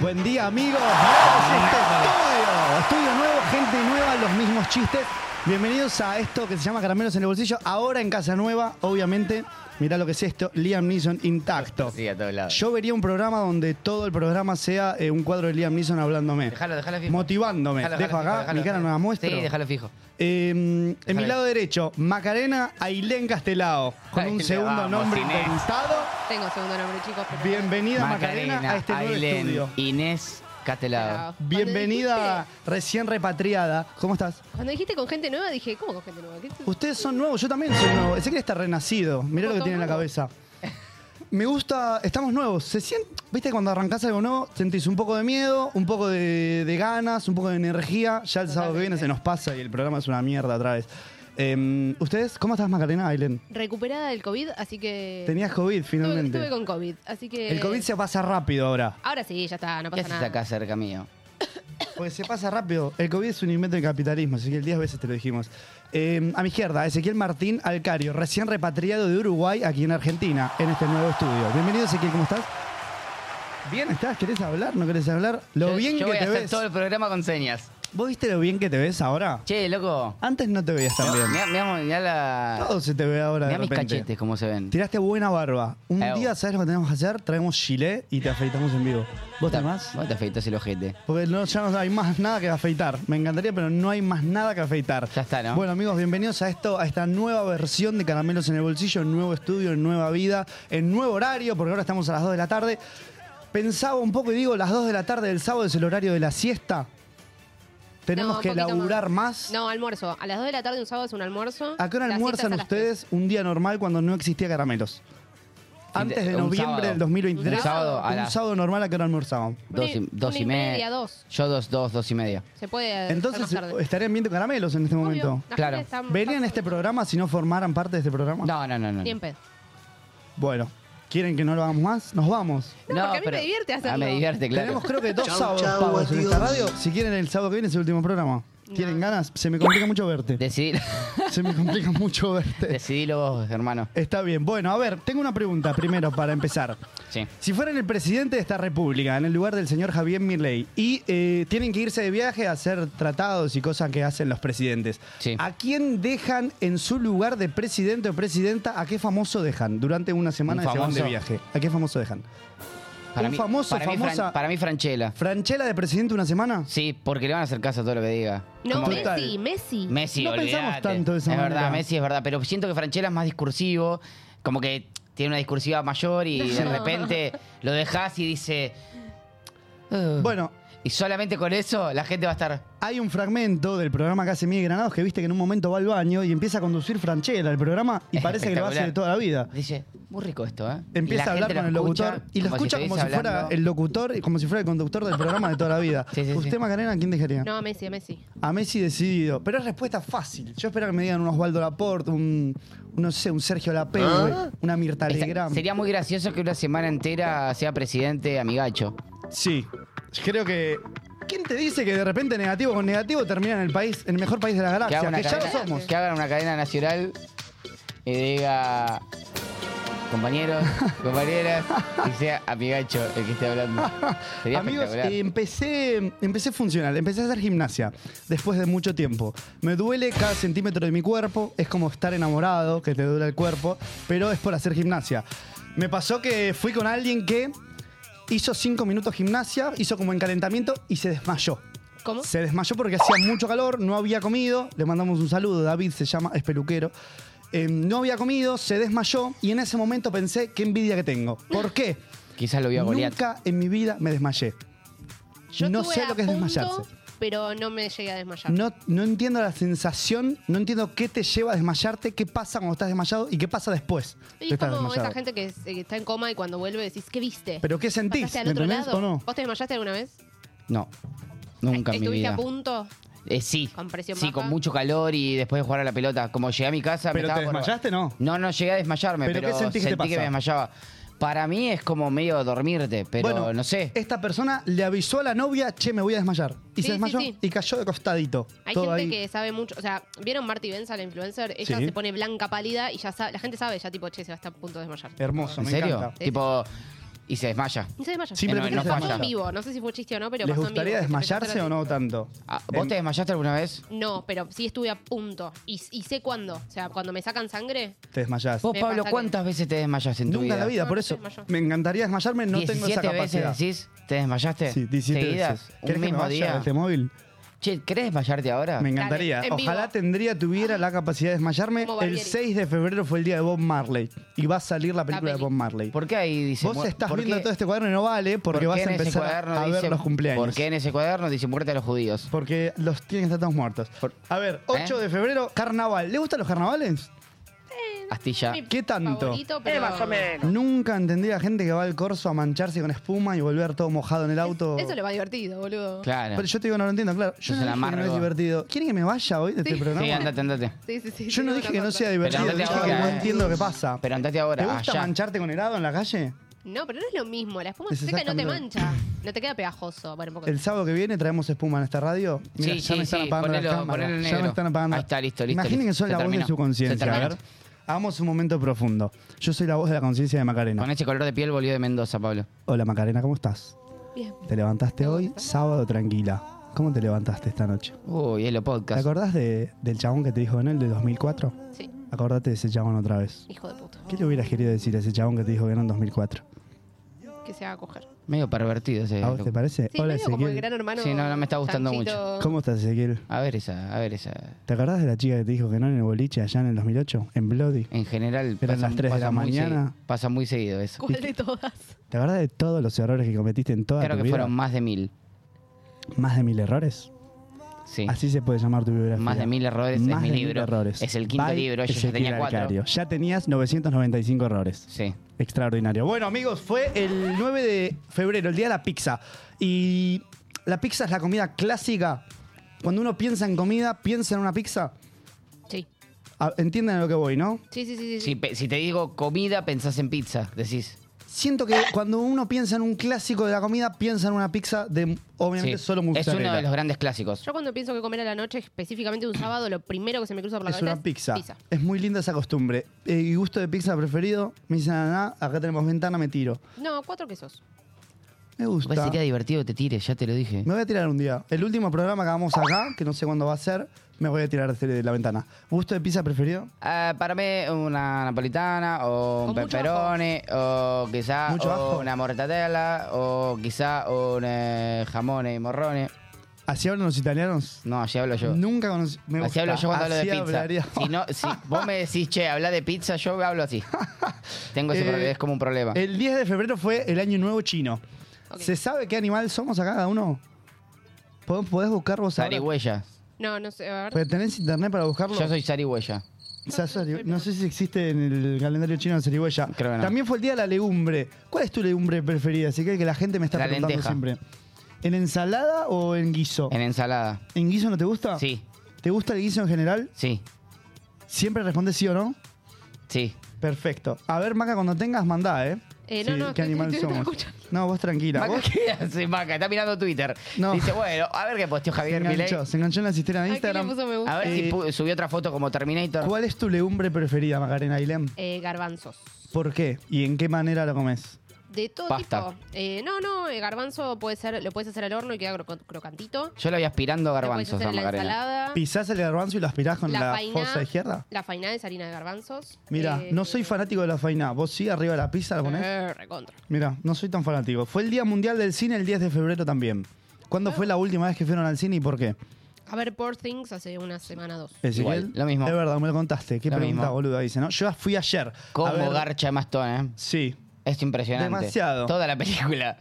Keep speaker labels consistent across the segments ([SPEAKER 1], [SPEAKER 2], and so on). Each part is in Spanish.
[SPEAKER 1] Buen día, amigos. Ahora sí este estudio. Estudio nuevo, gente nueva, los mismos chistes. Bienvenidos a esto que se llama Caramelos en el bolsillo. Ahora en Casa Nueva, obviamente. Mirá lo que es esto, Liam Neeson intacto.
[SPEAKER 2] Sí, a todos lados.
[SPEAKER 1] Yo vería un programa donde todo el programa sea eh, un cuadro de Liam Neeson hablándome.
[SPEAKER 2] Déjalo, déjalo fijo.
[SPEAKER 1] Motivándome.
[SPEAKER 2] Déjalo,
[SPEAKER 1] Dejo
[SPEAKER 2] déjalo
[SPEAKER 1] acá,
[SPEAKER 2] fijo, déjalo,
[SPEAKER 1] mi cara no
[SPEAKER 2] déjalo.
[SPEAKER 1] la muestro.
[SPEAKER 2] Sí, déjalo fijo.
[SPEAKER 1] Eh, en mi
[SPEAKER 2] Déjalo.
[SPEAKER 1] lado derecho, Macarena Ailén Castelao, con un
[SPEAKER 2] Ay, le
[SPEAKER 1] segundo
[SPEAKER 2] vamos,
[SPEAKER 1] nombre
[SPEAKER 2] Inés.
[SPEAKER 1] inventado.
[SPEAKER 3] Tengo segundo nombre, chicos. pero-
[SPEAKER 1] Bienvenida Macarena,
[SPEAKER 2] Macarena,
[SPEAKER 1] a este nuevo
[SPEAKER 2] Ailén,
[SPEAKER 1] estudio.
[SPEAKER 2] Inés Castelado.
[SPEAKER 3] Cuando
[SPEAKER 1] Bienvenida recién repatriada. ¿Cómo estás?
[SPEAKER 3] dijiste- Cuando dijiste con gente nueva, dije, ¿cómo con gente nueva? ¿Qué-
[SPEAKER 1] Ustedes son nuevos, yo también soy nuevo. Ezequiel está renacido. Mirá lo que tiene en la cabeza. Me gusta, estamos nuevos. Se siente, viste, cuando arrancás algo nuevo, sentís un poco de miedo, un poco de, de ganas, un poco de energía. Ya el sábado que viene se nos pasa y el programa es una mierda otra vez. Em, ¿Ustedes? ¿Cómo estás, Macarena Ailén?
[SPEAKER 3] Recuperada del COVID, así que...
[SPEAKER 1] Tenías COVID
[SPEAKER 3] Eh, estuve,
[SPEAKER 1] finalmente.
[SPEAKER 3] estuve con COVID, así que...
[SPEAKER 1] El COVID se pasa rápido ahora.
[SPEAKER 3] Ahora sí, ya está, no
[SPEAKER 2] ¿Qué
[SPEAKER 3] pasa
[SPEAKER 2] haces
[SPEAKER 3] nada.
[SPEAKER 2] acá cerca mío?
[SPEAKER 1] Porque Pues se pasa rápido. El COVID es un invento del capitalismo, Ezequiel, 10 veces te lo dijimos. Eh, a mi izquierda, Ezequiel Martín Alcario, recién repatriado de Uruguay aquí en Argentina, en este nuevo estudio. Bienvenido, Ezequiel, ¿cómo estás? Bien, ¿estás? ¿Querés hablar? ¿No querés hablar? Lo
[SPEAKER 2] Yo-
[SPEAKER 1] bien
[SPEAKER 2] yo voy
[SPEAKER 1] que te
[SPEAKER 2] a hacer
[SPEAKER 1] ves.
[SPEAKER 2] todo el programa con señas.
[SPEAKER 1] ¿Vos viste lo bien que te ves ahora?
[SPEAKER 2] Che, loco.
[SPEAKER 1] Antes no te veías tan bien.
[SPEAKER 2] Mirá, mirá- mirá la-
[SPEAKER 1] Todo se te ve ahora de
[SPEAKER 2] mirá mis
[SPEAKER 1] repente.
[SPEAKER 2] cachetes cómo se ven.
[SPEAKER 1] Tiraste buena barba. Un
[SPEAKER 2] Eh,
[SPEAKER 1] día,
[SPEAKER 2] oh.
[SPEAKER 1] ¿sabes lo que tenemos que hacer? Traemos chile y te afeitamos en vivo. ¿Vos te más?
[SPEAKER 2] Vos te afeitas el ojete.
[SPEAKER 1] Porque no, ya no hay más nada que afeitar. Me encantaría, pero no hay más nada que afeitar.
[SPEAKER 2] Ya está, ¿no?
[SPEAKER 1] Bueno, amigos, bienvenidos a esto, a esta nueva versión de Caramelos en el Bolsillo, en nuevo estudio, en nueva vida, en nuevo horario, porque ahora estamos a las 2 de la tarde. Pensaba un poco y digo, las 2 de la tarde del sábado es el horario de la siesta. Tenemos
[SPEAKER 3] No, un
[SPEAKER 1] que
[SPEAKER 3] poquito
[SPEAKER 1] laburar más.
[SPEAKER 3] No, almuerzo. A las 2 de la tarde un sábado es un almuerzo.
[SPEAKER 1] ¿A qué hora
[SPEAKER 3] La
[SPEAKER 1] almuerzan
[SPEAKER 3] siesta es a las tres.
[SPEAKER 1] ustedes un día normal cuando no existía caramelos? Antes de
[SPEAKER 2] un
[SPEAKER 1] noviembre
[SPEAKER 2] sábado.
[SPEAKER 1] del 2023.
[SPEAKER 2] Un sábado a
[SPEAKER 1] un
[SPEAKER 2] las
[SPEAKER 1] sábado normal a qué hora almorzaban.
[SPEAKER 2] dos y,
[SPEAKER 3] Una-
[SPEAKER 2] dos y
[SPEAKER 3] una y
[SPEAKER 2] media.
[SPEAKER 3] media, dos.
[SPEAKER 2] Yo dos, dos, dos y media.
[SPEAKER 3] Se puede... Eh, hacer más
[SPEAKER 1] Entonces
[SPEAKER 3] tarde.
[SPEAKER 1] estarían viendo caramelos en este momento.
[SPEAKER 3] Obvio, la
[SPEAKER 2] Claro.
[SPEAKER 3] gente está-
[SPEAKER 1] ¿Verían este programa si no formaran parte de este programa?
[SPEAKER 2] No, no, no, no.
[SPEAKER 3] Ni en pedo.
[SPEAKER 1] Bueno, ¿quieren que no lo hagamos más? Nos vamos.
[SPEAKER 3] No, porque a mí me divierte hacerlo.
[SPEAKER 2] Ah, me divierte, claro.
[SPEAKER 1] Tenemos creo que dos
[SPEAKER 4] Chau,
[SPEAKER 1] sábados
[SPEAKER 4] chau,
[SPEAKER 1] pagos en
[SPEAKER 4] adiós.
[SPEAKER 1] esta radio. Si quieren el sábado que viene es el último programa. ¿Tienen ganas? Se me complica mucho verte.
[SPEAKER 2] Decidilo,
[SPEAKER 1] Se me complica mucho verte.
[SPEAKER 2] decidilo vos, hermano.
[SPEAKER 1] Está bien. Bueno, a ver, tengo una pregunta primero para empezar.
[SPEAKER 2] Sí.
[SPEAKER 1] Si fueran el presidente de esta república, en el lugar del señor Javier Mirley, y eh, tienen que irse de viaje a hacer tratados y cosas que hacen los presidentes,
[SPEAKER 2] Sí.
[SPEAKER 1] ¿a quién dejan en su lugar de presidente o presidenta? ¿A qué famoso dejan durante una semana
[SPEAKER 2] ¿Un
[SPEAKER 1] que se van de
[SPEAKER 2] famoso?
[SPEAKER 1] viaje? ¿A qué famoso dejan?
[SPEAKER 2] Para
[SPEAKER 1] un
[SPEAKER 2] mí,
[SPEAKER 1] famoso,
[SPEAKER 2] para mí, Fran-
[SPEAKER 1] famosa.
[SPEAKER 2] para mí, Franchella.
[SPEAKER 1] ¿Franchela de presidente una semana?
[SPEAKER 2] Sí, porque le van a hacer caso a todo lo que diga.
[SPEAKER 3] No,
[SPEAKER 2] Como que-
[SPEAKER 1] Total.
[SPEAKER 3] Messi, Messi.
[SPEAKER 2] Messi,
[SPEAKER 1] No pensamos
[SPEAKER 2] olvidate.
[SPEAKER 1] tanto de esa
[SPEAKER 2] Es verdad,
[SPEAKER 1] manera.
[SPEAKER 2] Messi es verdad, pero siento que Franchella es más discursivo, como que tiene una discursiva mayor y de
[SPEAKER 3] No.
[SPEAKER 2] repente lo dejas y dice... "Ugh".
[SPEAKER 1] Bueno,
[SPEAKER 2] Y solamente con eso la gente va a estar...
[SPEAKER 1] hay un fragmento del programa que hace Miguel Granados que viste que en un momento va al baño y empieza a conducir Franchella el programa y
[SPEAKER 2] Es
[SPEAKER 1] parece que lo hace
[SPEAKER 2] espectacular.
[SPEAKER 1] de toda la vida.
[SPEAKER 2] Dice, muy rico esto, ¿eh? Y
[SPEAKER 1] Empieza
[SPEAKER 2] la
[SPEAKER 1] a hablar
[SPEAKER 2] gente
[SPEAKER 1] con el
[SPEAKER 2] escucha
[SPEAKER 1] locutor y lo escucha como si
[SPEAKER 2] estuviese
[SPEAKER 1] fuera
[SPEAKER 2] hablando-
[SPEAKER 1] el locutor y como si fuera el conductor del programa de toda la vida.
[SPEAKER 2] Sí, sí, sí.
[SPEAKER 1] ¿Usted, Macarena, a quién dejaría?
[SPEAKER 3] No, a Messi, a Messi.
[SPEAKER 1] A Messi decidido. Pero es respuesta fácil. Yo espero que me digan un Osvaldo Laporte, un, un, no sé, un Sergio Lapegue, una Mirta
[SPEAKER 2] Está-
[SPEAKER 1] Legrand.
[SPEAKER 2] Sería muy gracioso que una semana entera sea presidente amigacho.
[SPEAKER 1] Sí. Creo que. ¿Quién te dice que de repente negativo con negativo termina en el país, en el mejor país de la
[SPEAKER 2] Que,
[SPEAKER 1] galaxia?
[SPEAKER 2] haga
[SPEAKER 1] Que,
[SPEAKER 2] una
[SPEAKER 1] ya lo
[SPEAKER 2] cadena-
[SPEAKER 1] somos.
[SPEAKER 2] que hagan una cadena nacional y diga, compañeros, compañeras, y sea amigacho el que esté hablando. Sería
[SPEAKER 1] Amigos,
[SPEAKER 2] espectacular.
[SPEAKER 1] eh, empecé, empecé funcional, empecé a hacer gimnasia después de mucho tiempo. Me duele cada centímetro de mi cuerpo, es como estar enamorado, que te duele el cuerpo, pero es por hacer gimnasia. Me pasó que fui con alguien que hizo cinco minutos gimnasia, hizo como en calentamiento y se desmayó.
[SPEAKER 3] ¿Cómo?
[SPEAKER 1] Se desmayó porque hacía mucho calor, no había comido. Le mandamos un saludo, David se llama, es peluquero. Eh, no había comido, se desmayó y en ese momento pensé, qué envidia que tengo. ¿Por qué?
[SPEAKER 2] Quizás lo vio a Goliat.
[SPEAKER 1] Nunca en mi vida me desmayé.
[SPEAKER 3] Yo
[SPEAKER 1] no
[SPEAKER 3] estuve
[SPEAKER 1] sé
[SPEAKER 3] a
[SPEAKER 1] lo que es
[SPEAKER 3] punto,
[SPEAKER 1] desmayarse.
[SPEAKER 3] Pero no me llegué a desmayar.
[SPEAKER 1] No, no entiendo la sensación, no entiendo qué te lleva a desmayarte, qué pasa cuando estás desmayado y qué pasa después.
[SPEAKER 3] Y
[SPEAKER 1] de
[SPEAKER 3] es
[SPEAKER 1] estar
[SPEAKER 3] como
[SPEAKER 1] desmayado.
[SPEAKER 3] esa gente que, es- eh, que está en coma y cuando vuelve decís, ¿qué viste?
[SPEAKER 1] Pero qué sentís,
[SPEAKER 3] ¿Pasaste al
[SPEAKER 1] ¿me
[SPEAKER 3] otro
[SPEAKER 1] entendés
[SPEAKER 3] lado?
[SPEAKER 1] o no?
[SPEAKER 3] ¿Vos te desmayaste alguna vez?
[SPEAKER 2] No, nunca en mi
[SPEAKER 3] ¿Estuviste
[SPEAKER 2] vida.
[SPEAKER 3] a punto?
[SPEAKER 2] Eh, sí,
[SPEAKER 3] Con presión
[SPEAKER 2] sí,
[SPEAKER 3] baja.
[SPEAKER 2] con mucho calor y después de jugar a la pelota. Como llegué a mi casa, me
[SPEAKER 1] ¿Pero
[SPEAKER 2] estaba
[SPEAKER 1] te
[SPEAKER 2] por-
[SPEAKER 1] desmayaste no?
[SPEAKER 2] No, no llegué a desmayarme,
[SPEAKER 1] ¿Pero
[SPEAKER 2] pero,
[SPEAKER 1] qué sentís que te
[SPEAKER 2] sentí que
[SPEAKER 1] pasa?
[SPEAKER 2] me desmayaba. Para mí es como medio dormirte, pero no sé.
[SPEAKER 1] Esta persona le avisó a la novia, che, me voy a desmayar. Y se
[SPEAKER 3] Sí, sí,
[SPEAKER 1] desmayó
[SPEAKER 3] sí.
[SPEAKER 1] y cayó de costadito.
[SPEAKER 3] Hay
[SPEAKER 1] Todo
[SPEAKER 3] gente
[SPEAKER 1] ahí.
[SPEAKER 3] que sabe mucho, o sea, ¿vieron Marty Benza, la influencer? Ella
[SPEAKER 1] Sí.
[SPEAKER 3] se pone blanca pálida y ya sabe, la gente sabe ya tipo, che, se va a estar a punto de desmayar.
[SPEAKER 1] Hermoso,
[SPEAKER 2] ¿En
[SPEAKER 1] me
[SPEAKER 2] serio?
[SPEAKER 1] encanta.
[SPEAKER 2] Tipo, y se desmaya.
[SPEAKER 3] Y se desmaya.
[SPEAKER 1] Simple
[SPEAKER 2] Eh, no, no
[SPEAKER 1] se
[SPEAKER 2] pasa.
[SPEAKER 3] pasó en
[SPEAKER 1] desmaya.
[SPEAKER 3] vivo, no sé si fue chiste o no, pero
[SPEAKER 1] ¿Les
[SPEAKER 3] pasó en vivo.
[SPEAKER 1] gustaría
[SPEAKER 3] que se empezó a hacer
[SPEAKER 1] desmayarse o
[SPEAKER 3] así.
[SPEAKER 1] no tanto?
[SPEAKER 2] Ah, ¿Vos
[SPEAKER 1] Em,
[SPEAKER 2] te desmayaste alguna vez?
[SPEAKER 3] No, pero sí estuve a punto. Y, y sé cuándo. O sea, cuando me sacan sangre,
[SPEAKER 1] Te desmayás.
[SPEAKER 2] Vos,
[SPEAKER 3] Me
[SPEAKER 2] Pablo,
[SPEAKER 3] pasa que-
[SPEAKER 2] ¿cuántas veces te desmayas en tu
[SPEAKER 1] Nunca
[SPEAKER 2] vida?
[SPEAKER 1] en la vida,
[SPEAKER 3] No,
[SPEAKER 1] por
[SPEAKER 3] no
[SPEAKER 1] eso.
[SPEAKER 3] se desmayó.
[SPEAKER 1] Me encantaría desmayarme, no tengo esa
[SPEAKER 2] 17
[SPEAKER 1] capacidad.
[SPEAKER 2] veces decís, ¿te desmayaste?
[SPEAKER 1] Sí, 17
[SPEAKER 2] seguidas,
[SPEAKER 1] veces.
[SPEAKER 2] un
[SPEAKER 1] ¿Querés que me
[SPEAKER 2] mismo
[SPEAKER 1] vaya este
[SPEAKER 2] día.
[SPEAKER 1] al T-Móvil?
[SPEAKER 2] Che, ¿querés desmayarte ahora?
[SPEAKER 1] Me encantaría.
[SPEAKER 3] Dale, en vivo.
[SPEAKER 1] Ojalá tendría, tuviera la capacidad de desmayarme.
[SPEAKER 3] Como
[SPEAKER 1] El
[SPEAKER 3] Barbieri.
[SPEAKER 1] 6 de febrero fue el día de Bob Marley. Y va a salir la película de
[SPEAKER 3] peli.
[SPEAKER 1] Bob Marley.
[SPEAKER 2] ¿Por qué ahí dice?
[SPEAKER 1] Vos
[SPEAKER 2] mu-
[SPEAKER 1] estás
[SPEAKER 2] por
[SPEAKER 1] viendo
[SPEAKER 2] qué-
[SPEAKER 1] todo este cuaderno y no vale
[SPEAKER 2] por
[SPEAKER 1] porque
[SPEAKER 2] qué
[SPEAKER 1] vas
[SPEAKER 2] en
[SPEAKER 1] a
[SPEAKER 2] ese
[SPEAKER 1] empezar
[SPEAKER 2] cuaderno
[SPEAKER 1] a ver
[SPEAKER 2] dice-
[SPEAKER 1] los cumpleaños.
[SPEAKER 2] ¿Por qué en ese cuaderno dice muerte a los judíos?
[SPEAKER 1] Porque los tienen que estar todos muertos.
[SPEAKER 2] Por-
[SPEAKER 1] A ver, 8
[SPEAKER 2] ¿Eh?
[SPEAKER 1] de febrero, carnaval. ¿Le gustan los carnavales?
[SPEAKER 2] Astilla.
[SPEAKER 3] mi
[SPEAKER 1] ¿Qué tanto?
[SPEAKER 3] favorito, pero...
[SPEAKER 4] más o menos.
[SPEAKER 1] Nunca entendí a la gente que va al corso a mancharse con espuma y volver todo mojado en el auto.
[SPEAKER 3] Eso le va divertido, boludo.
[SPEAKER 2] Claro.
[SPEAKER 1] Pero yo te digo, no lo entiendo, claro. Yo
[SPEAKER 2] Es el
[SPEAKER 1] no dije que no es
[SPEAKER 2] amargo.
[SPEAKER 1] divertido. ¿Quieren que me vaya hoy de este
[SPEAKER 3] Sí.
[SPEAKER 1] programa?
[SPEAKER 2] Sí, andate, andate.
[SPEAKER 3] Sí, sí, sí.
[SPEAKER 1] Yo no
[SPEAKER 3] sí,
[SPEAKER 1] dije
[SPEAKER 3] no,
[SPEAKER 1] que
[SPEAKER 3] no,
[SPEAKER 1] no sea
[SPEAKER 3] no.
[SPEAKER 1] divertido,
[SPEAKER 2] Pero andate
[SPEAKER 1] dije que
[SPEAKER 2] ahora,
[SPEAKER 1] no
[SPEAKER 2] eh.
[SPEAKER 1] entiendo qué pasa.
[SPEAKER 2] Pero andate
[SPEAKER 1] ¿Te
[SPEAKER 2] ahora,
[SPEAKER 1] gusta
[SPEAKER 2] allá.
[SPEAKER 1] mancharte con helado en la calle?
[SPEAKER 3] No, pero no es lo mismo. La espuma
[SPEAKER 1] Es
[SPEAKER 3] seca no te
[SPEAKER 1] exactamente lo-
[SPEAKER 3] mancha. No te queda pegajoso. Bueno, un poco.
[SPEAKER 1] El sábado que viene traemos espuma en esta radio. Mira,
[SPEAKER 2] Sí,
[SPEAKER 1] ya
[SPEAKER 2] sí,
[SPEAKER 1] me están
[SPEAKER 2] sí,
[SPEAKER 1] apagando
[SPEAKER 2] ponelo-
[SPEAKER 1] las cámaras.
[SPEAKER 2] ponelo
[SPEAKER 1] Ya me
[SPEAKER 2] negro.
[SPEAKER 1] están apagando.
[SPEAKER 2] Ahí está, listo, listo,
[SPEAKER 1] Imaginen
[SPEAKER 2] listo.
[SPEAKER 1] que soy
[SPEAKER 2] Se
[SPEAKER 1] la voz de
[SPEAKER 2] terminó.
[SPEAKER 1] su
[SPEAKER 2] Se
[SPEAKER 1] conciencia. A
[SPEAKER 2] terminó.
[SPEAKER 1] ver, hagamos un momento profundo. Yo soy la voz de la conciencia de Macarena.
[SPEAKER 2] Con ese color de piel volvió de Mendoza, Pablo.
[SPEAKER 1] Hola Macarena, ¿cómo estás?
[SPEAKER 3] Bien.
[SPEAKER 1] ¿Te levantaste hoy? Sábado tranquila. ¿Cómo te levantaste esta noche?
[SPEAKER 2] Uy, es lo
[SPEAKER 1] ¿Te
[SPEAKER 2] podcast.
[SPEAKER 1] acordás de- del chabón que te dijo en el de 2004?
[SPEAKER 3] Sí,
[SPEAKER 1] Acordate de ese chabón otra vez.
[SPEAKER 3] hijo de puta.
[SPEAKER 1] ¿Qué le hubieras querido decir a ese chabón que te dijo que no en 2004?
[SPEAKER 3] Que se haga coger.
[SPEAKER 2] Medio pervertido ese.
[SPEAKER 1] ¿A vos te parece?
[SPEAKER 3] Sí, medio como el gran hermano.
[SPEAKER 2] Sí, no, no me está gustando
[SPEAKER 3] Chanchito.
[SPEAKER 1] ¿Cómo estás, Ezequiel?
[SPEAKER 2] A ver esa, a ver esa.
[SPEAKER 1] ¿Te acordás de la chica que te dijo que no en el boliche allá en el 2008? En Bloody.
[SPEAKER 2] En general
[SPEAKER 1] Eran
[SPEAKER 2] pasa-
[SPEAKER 1] las tres de
[SPEAKER 2] pasa
[SPEAKER 1] la
[SPEAKER 2] muy
[SPEAKER 1] mañana.
[SPEAKER 2] seguido- pasa muy seguido eso.
[SPEAKER 3] ¿Cuál de todas?
[SPEAKER 1] ¿Te acordás de todos los errores que cometiste en toda
[SPEAKER 2] Creo
[SPEAKER 1] tu
[SPEAKER 2] que
[SPEAKER 1] vida?
[SPEAKER 2] fueron más de mil.
[SPEAKER 1] ¿Más de mil errores?
[SPEAKER 2] Sí.
[SPEAKER 1] Así se puede llamar tu biografía.
[SPEAKER 2] Más de mil errores es
[SPEAKER 1] Más
[SPEAKER 2] mi
[SPEAKER 1] de
[SPEAKER 2] libro.
[SPEAKER 1] errores.
[SPEAKER 2] Es el quinto
[SPEAKER 1] By
[SPEAKER 2] libro, yo ya
[SPEAKER 1] Ezequiel
[SPEAKER 2] tenía cuatro.
[SPEAKER 1] Alcario. Ya tenías 995 errores.
[SPEAKER 2] Sí.
[SPEAKER 1] Extraordinario. Bueno, amigos, fue el 9 de febrero, el día de la pizza. Y la pizza es la comida clásica. Cuando uno piensa en comida, piensa en una pizza.
[SPEAKER 3] Sí.
[SPEAKER 1] Ah, Entienden a lo que voy, ¿no?
[SPEAKER 3] Sí, sí, sí. sí, sí.
[SPEAKER 2] Si, pe- si te digo comida, pensás en pizza, decís.
[SPEAKER 1] Siento que cuando uno piensa en un clásico de la comida, piensa en una pizza de, obviamente,
[SPEAKER 2] Sí.
[SPEAKER 1] solo
[SPEAKER 2] es
[SPEAKER 1] mozzarella.
[SPEAKER 2] uno de los grandes clásicos.
[SPEAKER 3] Yo cuando pienso que comer a la noche, específicamente un sábado, lo primero que se me cruza por la
[SPEAKER 1] Es
[SPEAKER 3] cabeza
[SPEAKER 1] una pizza.
[SPEAKER 3] pizza.
[SPEAKER 1] Es muy linda esa costumbre. Eh, ¿Y gusto de pizza preferido? Me dicen, ah, acá tenemos ventana, me tiro.
[SPEAKER 3] No, cuatro quesos.
[SPEAKER 1] Me
[SPEAKER 2] Pues
[SPEAKER 1] gusta.
[SPEAKER 2] sería divertido que te tires, ya te lo dije.
[SPEAKER 1] Me voy a tirar un día. El último programa que hagamos acá, que no sé cuándo va a ser, me voy a tirar de la ventana. ¿Gusto de pizza preferido?
[SPEAKER 2] Ah, para mí, una napolitana, o un
[SPEAKER 3] Con mucho
[SPEAKER 2] pepperoni, o quizá
[SPEAKER 1] Mucho
[SPEAKER 2] o
[SPEAKER 1] ajo.
[SPEAKER 2] una mortadela, o quizá un eh, jamón y morrones.
[SPEAKER 1] ¿Así hablan los italianos?
[SPEAKER 2] No, así hablo yo.
[SPEAKER 1] Nunca conocí. Me
[SPEAKER 2] así
[SPEAKER 1] gusta.
[SPEAKER 2] hablo yo cuando hablo de
[SPEAKER 1] Así
[SPEAKER 2] pizza.
[SPEAKER 1] hablaría.
[SPEAKER 2] Si, no, si vos me decís, che, habla de pizza, yo hablo así. Tengo ese
[SPEAKER 1] Eh,
[SPEAKER 2] problema, es como un problema.
[SPEAKER 1] El 10 de febrero fue el año nuevo chino.
[SPEAKER 3] Ok.
[SPEAKER 1] ¿Se sabe qué animal somos acá cada uno? ¿Po- ¿Podés buscar vos ahora?
[SPEAKER 2] Zarigüeya.
[SPEAKER 3] No, no sé, a ver.
[SPEAKER 1] ¿Pero ¿Tenés internet para buscarlo?
[SPEAKER 2] Yo soy zarigüeya.
[SPEAKER 1] O sea, sari- No sé si existe en el calendario chino la zarigüeya.
[SPEAKER 2] Creo que no.
[SPEAKER 1] También fue el día de la legumbre. ¿Cuál es tu legumbre preferida? Así que que la gente me está
[SPEAKER 2] La
[SPEAKER 1] preguntando
[SPEAKER 2] lenteja.
[SPEAKER 1] siempre. ¿En ensalada o en guiso?
[SPEAKER 2] En ensalada.
[SPEAKER 1] ¿En guiso no te gusta?
[SPEAKER 2] Sí,
[SPEAKER 1] ¿Te gusta el guiso en general?
[SPEAKER 2] sí,
[SPEAKER 1] Siempre respondes sí o no.
[SPEAKER 2] sí.
[SPEAKER 1] Perfecto. A ver, Maca, cuando tengas, mandá, ¿eh?
[SPEAKER 3] Eh, no,
[SPEAKER 1] Sí,
[SPEAKER 3] no,
[SPEAKER 1] ¿Qué
[SPEAKER 3] estoy-
[SPEAKER 1] animal
[SPEAKER 3] estoy- estoy
[SPEAKER 1] somos?
[SPEAKER 3] escuchando.
[SPEAKER 1] No, vos tranquila.
[SPEAKER 2] Maca,
[SPEAKER 1] Vos
[SPEAKER 2] ¿qué hace Maca? Está mirando Twitter.
[SPEAKER 1] No.
[SPEAKER 2] Dice, bueno, a ver qué posteó
[SPEAKER 1] se
[SPEAKER 2] Javier Milei.
[SPEAKER 1] enganchó, se enganchó en la cisterna de
[SPEAKER 3] Ay, ¿qué le
[SPEAKER 1] Instagram.
[SPEAKER 3] puso me gusta?
[SPEAKER 2] A ver
[SPEAKER 1] Eh,
[SPEAKER 2] si pu- subió otra foto como Terminator.
[SPEAKER 1] ¿Cuál es tu legumbre preferida, Macarena Ailem?
[SPEAKER 3] Eh, garbanzos.
[SPEAKER 1] ¿Por qué? ¿Y en qué manera la comes?
[SPEAKER 3] De todo
[SPEAKER 2] Pasta.
[SPEAKER 3] tipo. Eh, no, no, eh, garbanzo puede ser, lo puedes hacer al horno y queda cro- crocantito.
[SPEAKER 2] Yo lo voy aspirando
[SPEAKER 3] Lo puedes
[SPEAKER 2] garbanzos
[SPEAKER 3] hacer
[SPEAKER 2] a
[SPEAKER 3] en la
[SPEAKER 2] Macarena.
[SPEAKER 3] ensalada.
[SPEAKER 1] ¿Pisás el garbanzo y lo aspirás con la,
[SPEAKER 3] fainá-
[SPEAKER 1] fosa izquierda?
[SPEAKER 3] La fainá es harina de garbanzos.
[SPEAKER 1] Mira,
[SPEAKER 3] Eh,
[SPEAKER 1] no soy fanático de la faina. ¿Vos sí arriba de la pizza la ponés?
[SPEAKER 3] eh, recontra.
[SPEAKER 1] Mira, no soy tan fanático. Fue el Día Mundial del Cine el 10 de febrero también.
[SPEAKER 3] Ah.
[SPEAKER 1] ¿Cuándo fue la última vez que fueron al cine y por qué?
[SPEAKER 3] A ver, Poor Things hace una semana dos.
[SPEAKER 1] Ezequiel,
[SPEAKER 2] Igual, lo mismo.
[SPEAKER 1] Es verdad, me lo contaste. Qué
[SPEAKER 2] Lo
[SPEAKER 1] pregunta
[SPEAKER 2] mismo.
[SPEAKER 1] boluda dice, ¿no? Yo fui ayer. A
[SPEAKER 2] Como
[SPEAKER 1] ver,
[SPEAKER 2] garcha Mastona, ¿eh?
[SPEAKER 1] Sí.
[SPEAKER 2] Es impresionante.
[SPEAKER 1] Demasiado.
[SPEAKER 2] Toda la película.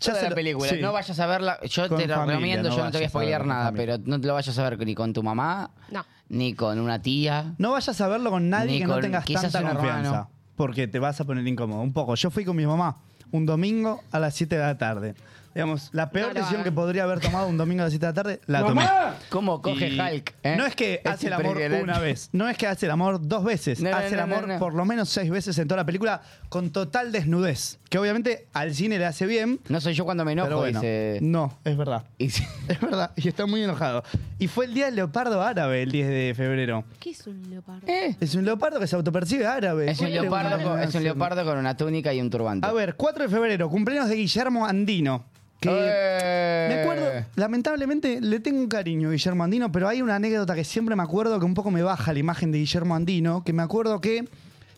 [SPEAKER 1] Ya
[SPEAKER 2] Toda
[SPEAKER 1] se
[SPEAKER 2] la
[SPEAKER 1] lo-
[SPEAKER 2] película.
[SPEAKER 1] sí.
[SPEAKER 2] No vayas a verla. Yo
[SPEAKER 1] Con
[SPEAKER 2] te lo
[SPEAKER 1] familia,
[SPEAKER 2] recomiendo,
[SPEAKER 1] no
[SPEAKER 2] yo no te voy a
[SPEAKER 1] vayas a verla
[SPEAKER 2] spoilear
[SPEAKER 1] con
[SPEAKER 2] nada,
[SPEAKER 1] familia.
[SPEAKER 2] pero no te lo vayas a ver ni con tu mamá,
[SPEAKER 3] No.
[SPEAKER 2] ni con una tía.
[SPEAKER 1] No vayas a verlo con nadie
[SPEAKER 2] Ni
[SPEAKER 1] que no
[SPEAKER 2] con-
[SPEAKER 1] tengas
[SPEAKER 2] quizás
[SPEAKER 1] tanta
[SPEAKER 2] un
[SPEAKER 1] confianza.
[SPEAKER 2] hermano.
[SPEAKER 1] Porque te vas a poner incómodo. Un poco. Yo fui con mi mamá un domingo a las 7 de la tarde. Digamos, la peor
[SPEAKER 3] No lo
[SPEAKER 1] decisión que
[SPEAKER 3] hagan.
[SPEAKER 1] podría haber tomado un domingo a las 7 de la tarde, la tomé.
[SPEAKER 2] ¡Mamá! ¿Cómo coge
[SPEAKER 1] Y
[SPEAKER 2] Hulk? eh?
[SPEAKER 1] No es que hace el amor
[SPEAKER 2] impresionante.
[SPEAKER 1] una vez, no es que hace el amor dos veces,
[SPEAKER 2] No, no,
[SPEAKER 1] hace el
[SPEAKER 2] no, no,
[SPEAKER 1] amor
[SPEAKER 2] no.
[SPEAKER 1] por lo menos seis veces en toda la película con total desnudez, que obviamente al cine le hace bien,
[SPEAKER 2] No soy yo cuando me enojo,
[SPEAKER 1] pero bueno,
[SPEAKER 2] dice.
[SPEAKER 1] no, es verdad.
[SPEAKER 2] dice-
[SPEAKER 1] Es verdad, y está muy enojado. Y fue el Día del Leopardo Árabe, el 10 de febrero.
[SPEAKER 3] ¿Qué es un leopardo?
[SPEAKER 2] Eh,
[SPEAKER 1] Es un leopardo que se autopercibe árabe.
[SPEAKER 2] Es un
[SPEAKER 1] ¿Cuál le
[SPEAKER 2] leopardo,
[SPEAKER 1] gustaría
[SPEAKER 2] con, es un
[SPEAKER 1] hacer?
[SPEAKER 2] leopardo con una túnica y un turbante.
[SPEAKER 1] A ver, 4 de febrero, cumpleaños de Guillermo Andino. Que
[SPEAKER 2] Eh.
[SPEAKER 1] me acuerdo, lamentablemente le tengo un cariño a Guillermo Andino, pero hay una anécdota que siempre me acuerdo que un poco me baja la imagen de Guillermo Andino, que me acuerdo que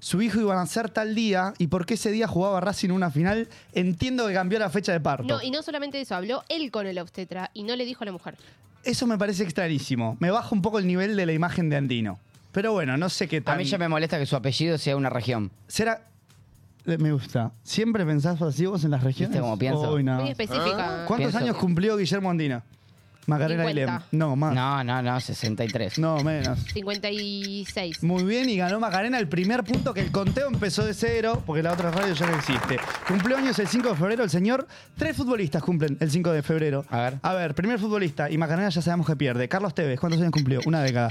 [SPEAKER 1] su hijo iba a nacer tal día y porque ese día jugaba Racing una final, entiendo que cambió la fecha de parto.
[SPEAKER 3] No, y no solamente eso, habló él con el obstetra y no le dijo a la mujer.
[SPEAKER 1] Eso me parece extrañísimo. Me baja un poco el nivel de la imagen de Andino. Pero bueno, no sé qué
[SPEAKER 2] A
[SPEAKER 1] tal.
[SPEAKER 2] mí ya me molesta que su apellido sea una región.
[SPEAKER 1] Será. Eh, Me gusta. ¿Siempre pensás así vos en las regiones?
[SPEAKER 2] cómo pienso?
[SPEAKER 1] Hoy nada
[SPEAKER 3] Muy
[SPEAKER 1] más.
[SPEAKER 3] específica.
[SPEAKER 1] ¿Cuántos
[SPEAKER 2] Pienso-
[SPEAKER 1] años cumplió Guillermo Andino? Macarena Ilem.
[SPEAKER 3] 50.
[SPEAKER 1] No, más. No.
[SPEAKER 2] No, no, no, 63.
[SPEAKER 1] menos.
[SPEAKER 3] 56.
[SPEAKER 1] Muy bien, y ganó Macarena el primer punto que el conteo empezó de cero, porque la otra radio ya no existe. Cumplió años el 5 de febrero el señor. Tres futbolistas cumplen el 5 de febrero.
[SPEAKER 2] A ver.
[SPEAKER 1] A ver, primer futbolista, y Macarena ya sabemos que pierde. Carlos Tevez, ¿cuántos años cumplió? Una década.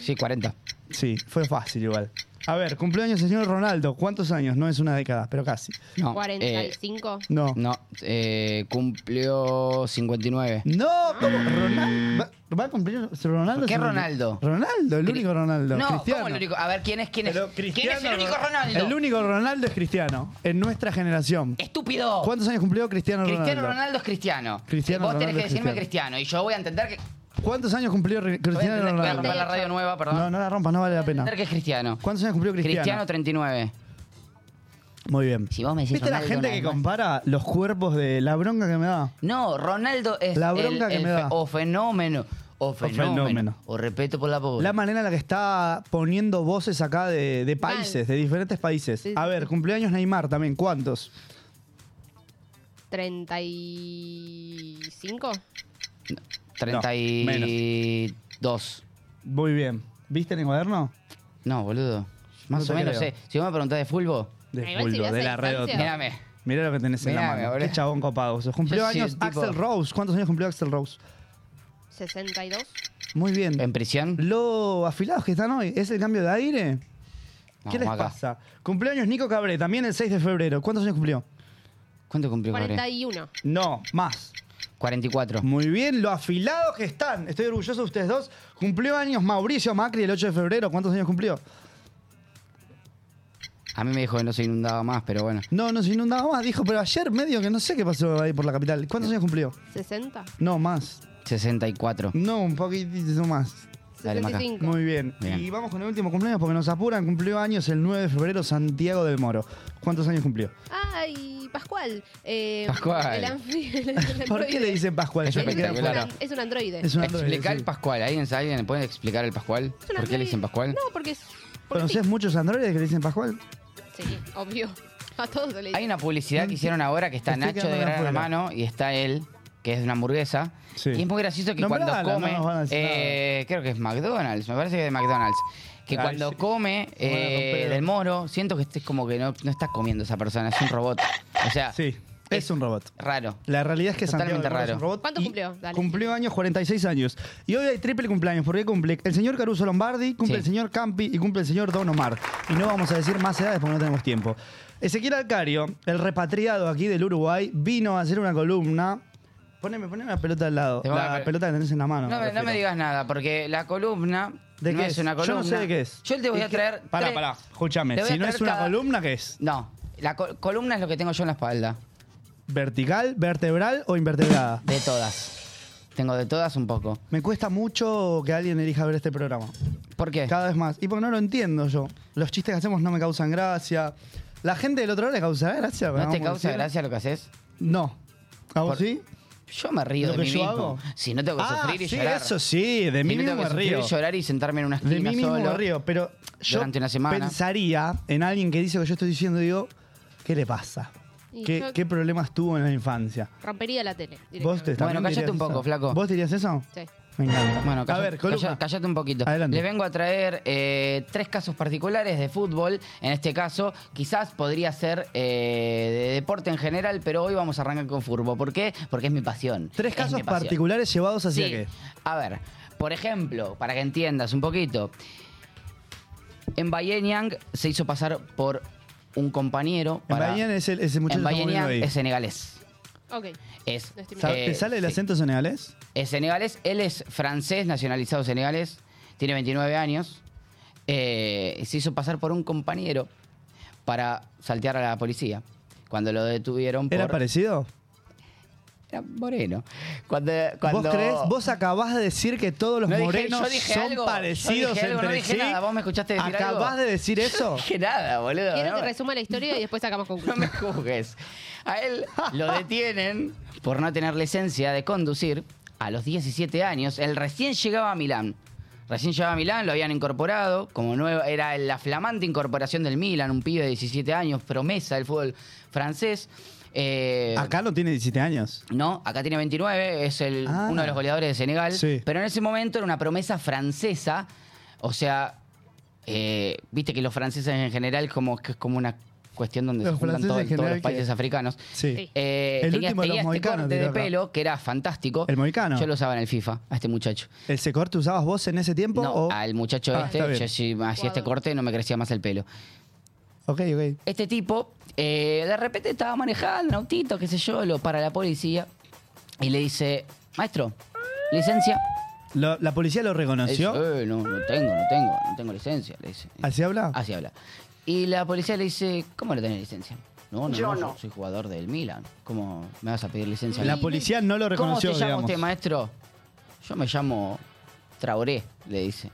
[SPEAKER 2] Sí, 40.
[SPEAKER 1] Sí, fue fácil igual. A ver, cumpleaños el señor Ronaldo. ¿Cuántos años? No es una década, pero casi.
[SPEAKER 2] No, eh,
[SPEAKER 3] 45.
[SPEAKER 1] No.
[SPEAKER 2] no eh, cumplió 59.
[SPEAKER 1] No, ¿cómo? Ronaldo. ¿Va, va a cumplir Ronaldo?
[SPEAKER 2] ¿Por Mm. qué Ronaldo?
[SPEAKER 1] Ronaldo, el
[SPEAKER 2] Cri-
[SPEAKER 1] único Ronaldo.
[SPEAKER 2] No,
[SPEAKER 1] Cristiano.
[SPEAKER 2] ¿cómo el único? A ver, ¿quién es? ¿Quién es?
[SPEAKER 1] Pero
[SPEAKER 2] ¿Quién es el
[SPEAKER 1] Cristiano
[SPEAKER 2] único
[SPEAKER 1] Ron-
[SPEAKER 2] Ronaldo?
[SPEAKER 1] El único Ronaldo es Cristiano, en nuestra generación.
[SPEAKER 2] ¡Estúpido!
[SPEAKER 1] ¿Cuántos años cumplió Cristiano Ronaldo?
[SPEAKER 2] oh. Cristiano Ronaldo es cristiano.
[SPEAKER 1] Cristiano
[SPEAKER 2] Vos
[SPEAKER 1] Ronaldo
[SPEAKER 2] tenés que
[SPEAKER 1] es
[SPEAKER 2] decirme
[SPEAKER 1] cristiano.
[SPEAKER 2] cristiano. y yo voy a entender que.
[SPEAKER 1] ¿Cuántos años cumplió Ri-
[SPEAKER 2] Voy a
[SPEAKER 1] Cristiano
[SPEAKER 2] entender, voy a
[SPEAKER 1] Ronaldo?
[SPEAKER 2] romper la radio nueva, perdón.
[SPEAKER 1] No, no la rompas, no vale la
[SPEAKER 2] Voy a
[SPEAKER 1] pena.
[SPEAKER 2] entender que es cristiano.
[SPEAKER 1] ¿Cuántos años cumplió Cristiano?
[SPEAKER 2] Cristiano 39.
[SPEAKER 1] Muy bien.
[SPEAKER 2] Si vos me decís
[SPEAKER 1] ¿Viste la
[SPEAKER 2] Ronaldo
[SPEAKER 1] gente
[SPEAKER 2] una
[SPEAKER 1] que
[SPEAKER 2] vez más?
[SPEAKER 1] compara los cuerpos de la bronca que me da?
[SPEAKER 2] No, Ronaldo es
[SPEAKER 1] La
[SPEAKER 2] el-
[SPEAKER 1] bronca que
[SPEAKER 2] el
[SPEAKER 1] me
[SPEAKER 2] fe-
[SPEAKER 1] da.
[SPEAKER 2] o fenómeno. O fenómeno.
[SPEAKER 1] fenómeno.
[SPEAKER 2] O respeto por la voz.
[SPEAKER 1] La manera en la que está poniendo voces acá de, de países, de diferentes países.
[SPEAKER 3] Sí, sí,
[SPEAKER 1] A ver, cumpleaños Neymar también, ¿cuántos?
[SPEAKER 3] 35.
[SPEAKER 2] 32.
[SPEAKER 1] Muy bien. ¿Viste en el cuaderno?
[SPEAKER 2] No, boludo.
[SPEAKER 1] No
[SPEAKER 2] Más
[SPEAKER 1] te
[SPEAKER 2] o menos,
[SPEAKER 1] creo.
[SPEAKER 2] eh. Si vos me preguntás de fulbo,
[SPEAKER 1] De
[SPEAKER 3] Igual si
[SPEAKER 1] fulbo,
[SPEAKER 3] mirás
[SPEAKER 1] de
[SPEAKER 3] a
[SPEAKER 1] la red.
[SPEAKER 3] distancia-
[SPEAKER 2] mírame.
[SPEAKER 1] Mirá lo que tenés en la
[SPEAKER 2] Mirame,
[SPEAKER 1] mano.
[SPEAKER 2] boludo.
[SPEAKER 1] Qué chabón copado. sos. Cumplió
[SPEAKER 2] Yo sí,
[SPEAKER 1] años
[SPEAKER 2] tipo-
[SPEAKER 1] Axel Rose. ¿Cuántos años cumplió Axel Rose?
[SPEAKER 3] 62.
[SPEAKER 1] Muy bien.
[SPEAKER 2] ¿En prisión?
[SPEAKER 1] Lo afilados que están hoy. ¿Es el cambio de aire? ¿Qué
[SPEAKER 2] No,
[SPEAKER 1] les
[SPEAKER 2] acá.
[SPEAKER 1] pasa? Cumpleaños Nico Cabré, también el 6 de febrero. ¿Cuántos años cumplió?
[SPEAKER 2] ¿Cuánto cumplió Cabré?
[SPEAKER 3] 41.
[SPEAKER 1] No, más.
[SPEAKER 2] 44.
[SPEAKER 1] Muy bien, lo afilados que están. Estoy orgulloso de ustedes dos. Cumplió años Mauricio Macri el 8 de febrero. ¿Cuántos años cumplió?
[SPEAKER 2] A mí me dijo que no se inundaba más, pero bueno.
[SPEAKER 1] No, no se inundaba más. Dijo, pero ayer medio que no sé qué pasó ahí por la capital. ¿Cuántos años cumplió?
[SPEAKER 3] 60.
[SPEAKER 1] No, más.
[SPEAKER 2] 64.
[SPEAKER 1] No, un poquitito más.
[SPEAKER 2] Dale, Maca.
[SPEAKER 3] 65.
[SPEAKER 1] Muy bien.
[SPEAKER 2] Bien.
[SPEAKER 1] Y vamos con el último cumpleaños porque nos apuran. Cumplió años el 9 de febrero Santiago del Moro. ¿Cuántos años cumplió?
[SPEAKER 3] Ay, Pascual. Eh,
[SPEAKER 2] Pascual.
[SPEAKER 3] El anfi- el- el
[SPEAKER 1] ¿Por qué
[SPEAKER 3] androide.
[SPEAKER 1] le dicen Pascual?
[SPEAKER 2] Es
[SPEAKER 1] Yo
[SPEAKER 3] Es
[SPEAKER 1] me
[SPEAKER 3] un,
[SPEAKER 1] quedé
[SPEAKER 2] espectacular.
[SPEAKER 1] afuera.
[SPEAKER 3] an- es un androide.
[SPEAKER 1] Es un androide,
[SPEAKER 2] Explica
[SPEAKER 1] sí.
[SPEAKER 2] el Pascual. ¿Alguien, ¿Alguien le puede explicar el Pascual?
[SPEAKER 3] Es un
[SPEAKER 2] ¿Por qué le dicen
[SPEAKER 3] androide.
[SPEAKER 2] Pascual?
[SPEAKER 3] No, porque es. porque sí.
[SPEAKER 1] ¿Conoces muchos androides que le dicen Pascual?
[SPEAKER 3] Sí, obvio. A todos se le
[SPEAKER 2] Hay
[SPEAKER 3] dice.
[SPEAKER 2] una publicidad
[SPEAKER 1] No
[SPEAKER 2] que hicieron ahora que está
[SPEAKER 1] Mm. Estoy
[SPEAKER 2] Nacho de
[SPEAKER 1] quedándome
[SPEAKER 2] Gran
[SPEAKER 1] afuera.
[SPEAKER 2] Hermano y está él, que es de una hamburguesa.
[SPEAKER 1] Sí.
[SPEAKER 2] Y es muy gracioso que
[SPEAKER 1] Nombrala,
[SPEAKER 2] cuando come.
[SPEAKER 1] no nos van a decir
[SPEAKER 2] eh, creo que es McDonald's, me parece que es de McDonald's. Que
[SPEAKER 1] Ay,
[SPEAKER 2] cuando
[SPEAKER 1] sí.
[SPEAKER 2] come
[SPEAKER 1] Bueno,
[SPEAKER 2] eh,
[SPEAKER 1] pero-
[SPEAKER 2] del moro, siento que este es como que no, no está comiendo esa persona, es un robot. O sea,
[SPEAKER 1] Sí, es un robot.
[SPEAKER 2] raro.
[SPEAKER 1] La realidad es que Santiago
[SPEAKER 2] Totalmente
[SPEAKER 1] del Moro
[SPEAKER 2] raro.
[SPEAKER 1] es un robot.
[SPEAKER 3] ¿Cuánto
[SPEAKER 1] y
[SPEAKER 3] cumplió? Dale.
[SPEAKER 1] Cumplió años 46 años. Y hoy hay triple cumpleaños. Porque cumple el señor Caruso Lombardi, cumple
[SPEAKER 2] Sí.
[SPEAKER 1] el señor Campi y cumple el señor Don Omar. Y no vamos a decir más edades porque no tenemos tiempo. Ezequiel Alcario, el repatriado aquí del Uruguay, vino a hacer una columna. Poneme, poneme la pelota al lado.
[SPEAKER 2] Te pongo
[SPEAKER 1] la
[SPEAKER 2] la pel-
[SPEAKER 1] pelota que tenés en la mano.
[SPEAKER 2] No, me, no
[SPEAKER 1] refiero.
[SPEAKER 2] me digas nada, porque la columna
[SPEAKER 1] ¿De
[SPEAKER 2] no
[SPEAKER 1] qué
[SPEAKER 2] es?
[SPEAKER 1] es?
[SPEAKER 2] una
[SPEAKER 1] Yo no
[SPEAKER 2] columna.
[SPEAKER 1] sé de qué es.
[SPEAKER 2] Yo te voy a
[SPEAKER 1] Es que-
[SPEAKER 2] traer.
[SPEAKER 1] Pará,
[SPEAKER 2] tres-
[SPEAKER 1] pará, escúchame.
[SPEAKER 2] Te voy a
[SPEAKER 1] Si no
[SPEAKER 2] traer
[SPEAKER 1] es una
[SPEAKER 2] cada-
[SPEAKER 1] columna, ¿qué es?
[SPEAKER 2] No, la col- columna es lo que tengo yo en la espalda.
[SPEAKER 1] ¿Vertical, vertebral o invertebrada?
[SPEAKER 2] De todas. Tengo de todas un poco.
[SPEAKER 1] Me cuesta mucho que alguien elija ver este programa.
[SPEAKER 2] ¿Por qué?
[SPEAKER 1] Cada vez más. Y porque no lo entiendo yo. Los chistes que hacemos no me causan gracia. La gente del otro lado le causará gracia.
[SPEAKER 2] ¿No
[SPEAKER 1] vamos
[SPEAKER 2] te
[SPEAKER 1] a
[SPEAKER 2] causa
[SPEAKER 1] decir.
[SPEAKER 2] gracia lo que haces?
[SPEAKER 1] No. ¿A vos
[SPEAKER 2] Por-
[SPEAKER 1] sí?
[SPEAKER 2] Yo me río
[SPEAKER 1] ¿Lo
[SPEAKER 2] de
[SPEAKER 1] que
[SPEAKER 2] mí
[SPEAKER 1] yo
[SPEAKER 2] mismo.
[SPEAKER 1] hago?
[SPEAKER 2] Si no tengo que
[SPEAKER 1] Ah,
[SPEAKER 2] sufrir y
[SPEAKER 1] sí,
[SPEAKER 2] llorar.
[SPEAKER 1] eso sí. De
[SPEAKER 2] Si
[SPEAKER 1] mí
[SPEAKER 2] no
[SPEAKER 1] mismo
[SPEAKER 2] tengo
[SPEAKER 1] me
[SPEAKER 2] que sufrir
[SPEAKER 1] río.
[SPEAKER 2] y llorar y sentarme en una esquina
[SPEAKER 1] De mí mismo
[SPEAKER 2] solo.
[SPEAKER 1] me río. Pero yo
[SPEAKER 2] Durante una semana.
[SPEAKER 1] pensaría en alguien que dice lo que yo estoy diciendo y digo, ¿qué le pasa?
[SPEAKER 3] Y
[SPEAKER 1] ¿Qué,
[SPEAKER 3] yo-
[SPEAKER 1] qué problemas tuvo en la infancia?
[SPEAKER 3] Rompería la tele.
[SPEAKER 1] ¿Vos te
[SPEAKER 3] directamente.
[SPEAKER 2] Bueno,
[SPEAKER 1] también
[SPEAKER 2] callate
[SPEAKER 1] dirías
[SPEAKER 2] un poco,
[SPEAKER 1] eso?
[SPEAKER 2] flaco.
[SPEAKER 1] ¿Vos dirías eso?
[SPEAKER 3] Sí.
[SPEAKER 1] Me encanta.
[SPEAKER 2] Bueno,
[SPEAKER 1] a
[SPEAKER 2] calla-
[SPEAKER 1] ver,
[SPEAKER 2] calla-
[SPEAKER 1] columna.
[SPEAKER 2] callate un poquito.
[SPEAKER 1] Adelante.
[SPEAKER 2] Les vengo a traer eh, tres casos particulares de fútbol. En este caso, quizás podría ser eh, de deporte en general, pero hoy vamos a arrancar con furbo. ¿Por qué? Porque es mi pasión.
[SPEAKER 1] Tres
[SPEAKER 2] Es mi
[SPEAKER 1] casos
[SPEAKER 2] pasión.
[SPEAKER 1] particulares llevados hacia
[SPEAKER 2] Sí.
[SPEAKER 1] qué.
[SPEAKER 2] A ver, por ejemplo, para que entiendas un poquito. En Yang se hizo pasar por un compañero.
[SPEAKER 1] En
[SPEAKER 2] para-
[SPEAKER 1] Bahía es el, ese muchacho
[SPEAKER 2] En
[SPEAKER 1] que estamos
[SPEAKER 2] Yang
[SPEAKER 1] viendo ahí.
[SPEAKER 2] es senegalés.
[SPEAKER 3] Ok.
[SPEAKER 2] Es,
[SPEAKER 3] No estoy
[SPEAKER 1] Sa-
[SPEAKER 2] eh,
[SPEAKER 1] ¿Te sale el
[SPEAKER 2] sí.
[SPEAKER 1] acento senegalés?
[SPEAKER 2] Es senegalés, él es francés, nacionalizado senegalés, tiene 29 años. eh, se hizo pasar por un compañero para saltear a la policía. Cuando lo detuvieron por...
[SPEAKER 1] ¿Era parecido?
[SPEAKER 2] Era moreno. Cuando, cuando...
[SPEAKER 1] ¿Vos crees? ¿Vos acabás de decir que todos los
[SPEAKER 2] No dije-
[SPEAKER 1] morenos
[SPEAKER 2] yo dije
[SPEAKER 1] son
[SPEAKER 2] algo, yo
[SPEAKER 1] parecidos
[SPEAKER 2] dije algo, no
[SPEAKER 1] entre
[SPEAKER 2] dije
[SPEAKER 1] sí?
[SPEAKER 2] nada, ¿vos me escuchaste decir
[SPEAKER 1] ¿Acabás
[SPEAKER 2] algo?
[SPEAKER 1] de decir eso?
[SPEAKER 2] No dije nada, boludo.
[SPEAKER 3] Quiero
[SPEAKER 2] ¿no?
[SPEAKER 3] que resuma la historia y después sacamos
[SPEAKER 2] No
[SPEAKER 3] conclusiones.
[SPEAKER 2] me juzgues. A él lo detienen por no tener licencia de conducir a los 17 años. Él recién llegaba a Milán. Recién llegaba a Milán, lo habían incorporado, como nueva, era la flamante incorporación del Milán, un pibe de 17 años, promesa del fútbol francés. Eh,
[SPEAKER 1] Acá no tiene 17 años.
[SPEAKER 2] no, acá tiene 29, es el,
[SPEAKER 1] Ah.
[SPEAKER 2] uno de los goleadores de Senegal.
[SPEAKER 1] Sí.
[SPEAKER 2] Pero en ese momento era una promesa francesa. O sea, eh, viste que los franceses en general como, que es como una cuestión donde
[SPEAKER 1] Los
[SPEAKER 2] se juntan
[SPEAKER 1] franceses
[SPEAKER 2] todo-
[SPEAKER 1] en
[SPEAKER 2] todos
[SPEAKER 1] general
[SPEAKER 2] los países
[SPEAKER 1] que-
[SPEAKER 2] africanos.
[SPEAKER 1] Sí.
[SPEAKER 3] Sí.
[SPEAKER 2] Eh,
[SPEAKER 1] El
[SPEAKER 2] tenía,
[SPEAKER 1] último de
[SPEAKER 2] tenía
[SPEAKER 1] los
[SPEAKER 2] este
[SPEAKER 1] mohicanos,
[SPEAKER 2] corte de
[SPEAKER 1] digo acá.
[SPEAKER 2] pelo que era fantástico.
[SPEAKER 1] ¿El mohicano?
[SPEAKER 2] Yo lo usaba en el FIFA, a este muchacho.
[SPEAKER 1] ¿El se corte usabas vos en ese tiempo?
[SPEAKER 2] No,
[SPEAKER 1] o...
[SPEAKER 2] al muchacho
[SPEAKER 1] Ah, está
[SPEAKER 2] este,
[SPEAKER 1] bien.
[SPEAKER 2] yo sí hacía este
[SPEAKER 3] Jugador.
[SPEAKER 2] corte y no me crecía más el pelo.
[SPEAKER 1] Ok, ok.
[SPEAKER 2] Este tipo, eh, de repente estaba manejando un autito, qué sé yo, lo para la policía y le dice, maestro, licencia.
[SPEAKER 1] Lo- la policía lo
[SPEAKER 2] Le dice,
[SPEAKER 1] reconoció.
[SPEAKER 2] "Eh, no, no tengo, no tengo, no tengo licencia, le dice.
[SPEAKER 1] ¿Así habla?
[SPEAKER 2] Así habla. Y la policía le dice, ¿cómo no tenés licencia? No, no, no, yo soy jugador del Milan. ¿Cómo me vas a pedir licencia?
[SPEAKER 1] La policía no lo
[SPEAKER 2] ¿Cómo se
[SPEAKER 1] reconoció,
[SPEAKER 2] llama
[SPEAKER 1] digamos.
[SPEAKER 2] usted, maestro? Yo me llamo Traoré, le dice.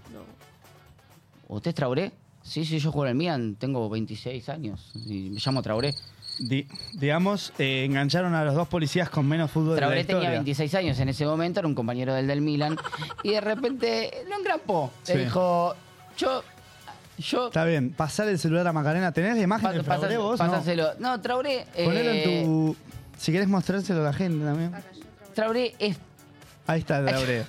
[SPEAKER 2] ¿Usted es Traoré? Sí, sí, yo juego en el Milan, tengo 26 años y me llamo Traoré.
[SPEAKER 1] Di- digamos, eh, engancharon a los dos policías con menos fútbol de la
[SPEAKER 2] Traoré tenía
[SPEAKER 1] historia.
[SPEAKER 2] 26 años en ese momento, era un compañero del del Milan. y de repente lo engrampó.
[SPEAKER 1] Sí.
[SPEAKER 2] Le dijo, yo, yo...
[SPEAKER 1] Está bien, pasar el celular a Macarena. ¿Tenés la imagen
[SPEAKER 2] pas-
[SPEAKER 1] de
[SPEAKER 2] pasas-
[SPEAKER 1] Fraudé vos? No.
[SPEAKER 2] pasáselo. No, Traoré... eh,
[SPEAKER 1] Ponelo en tu...
[SPEAKER 3] Eh,
[SPEAKER 1] Si querés mostrárselo a la gente también.
[SPEAKER 2] Traoré es...
[SPEAKER 1] Ahí está, Traoré.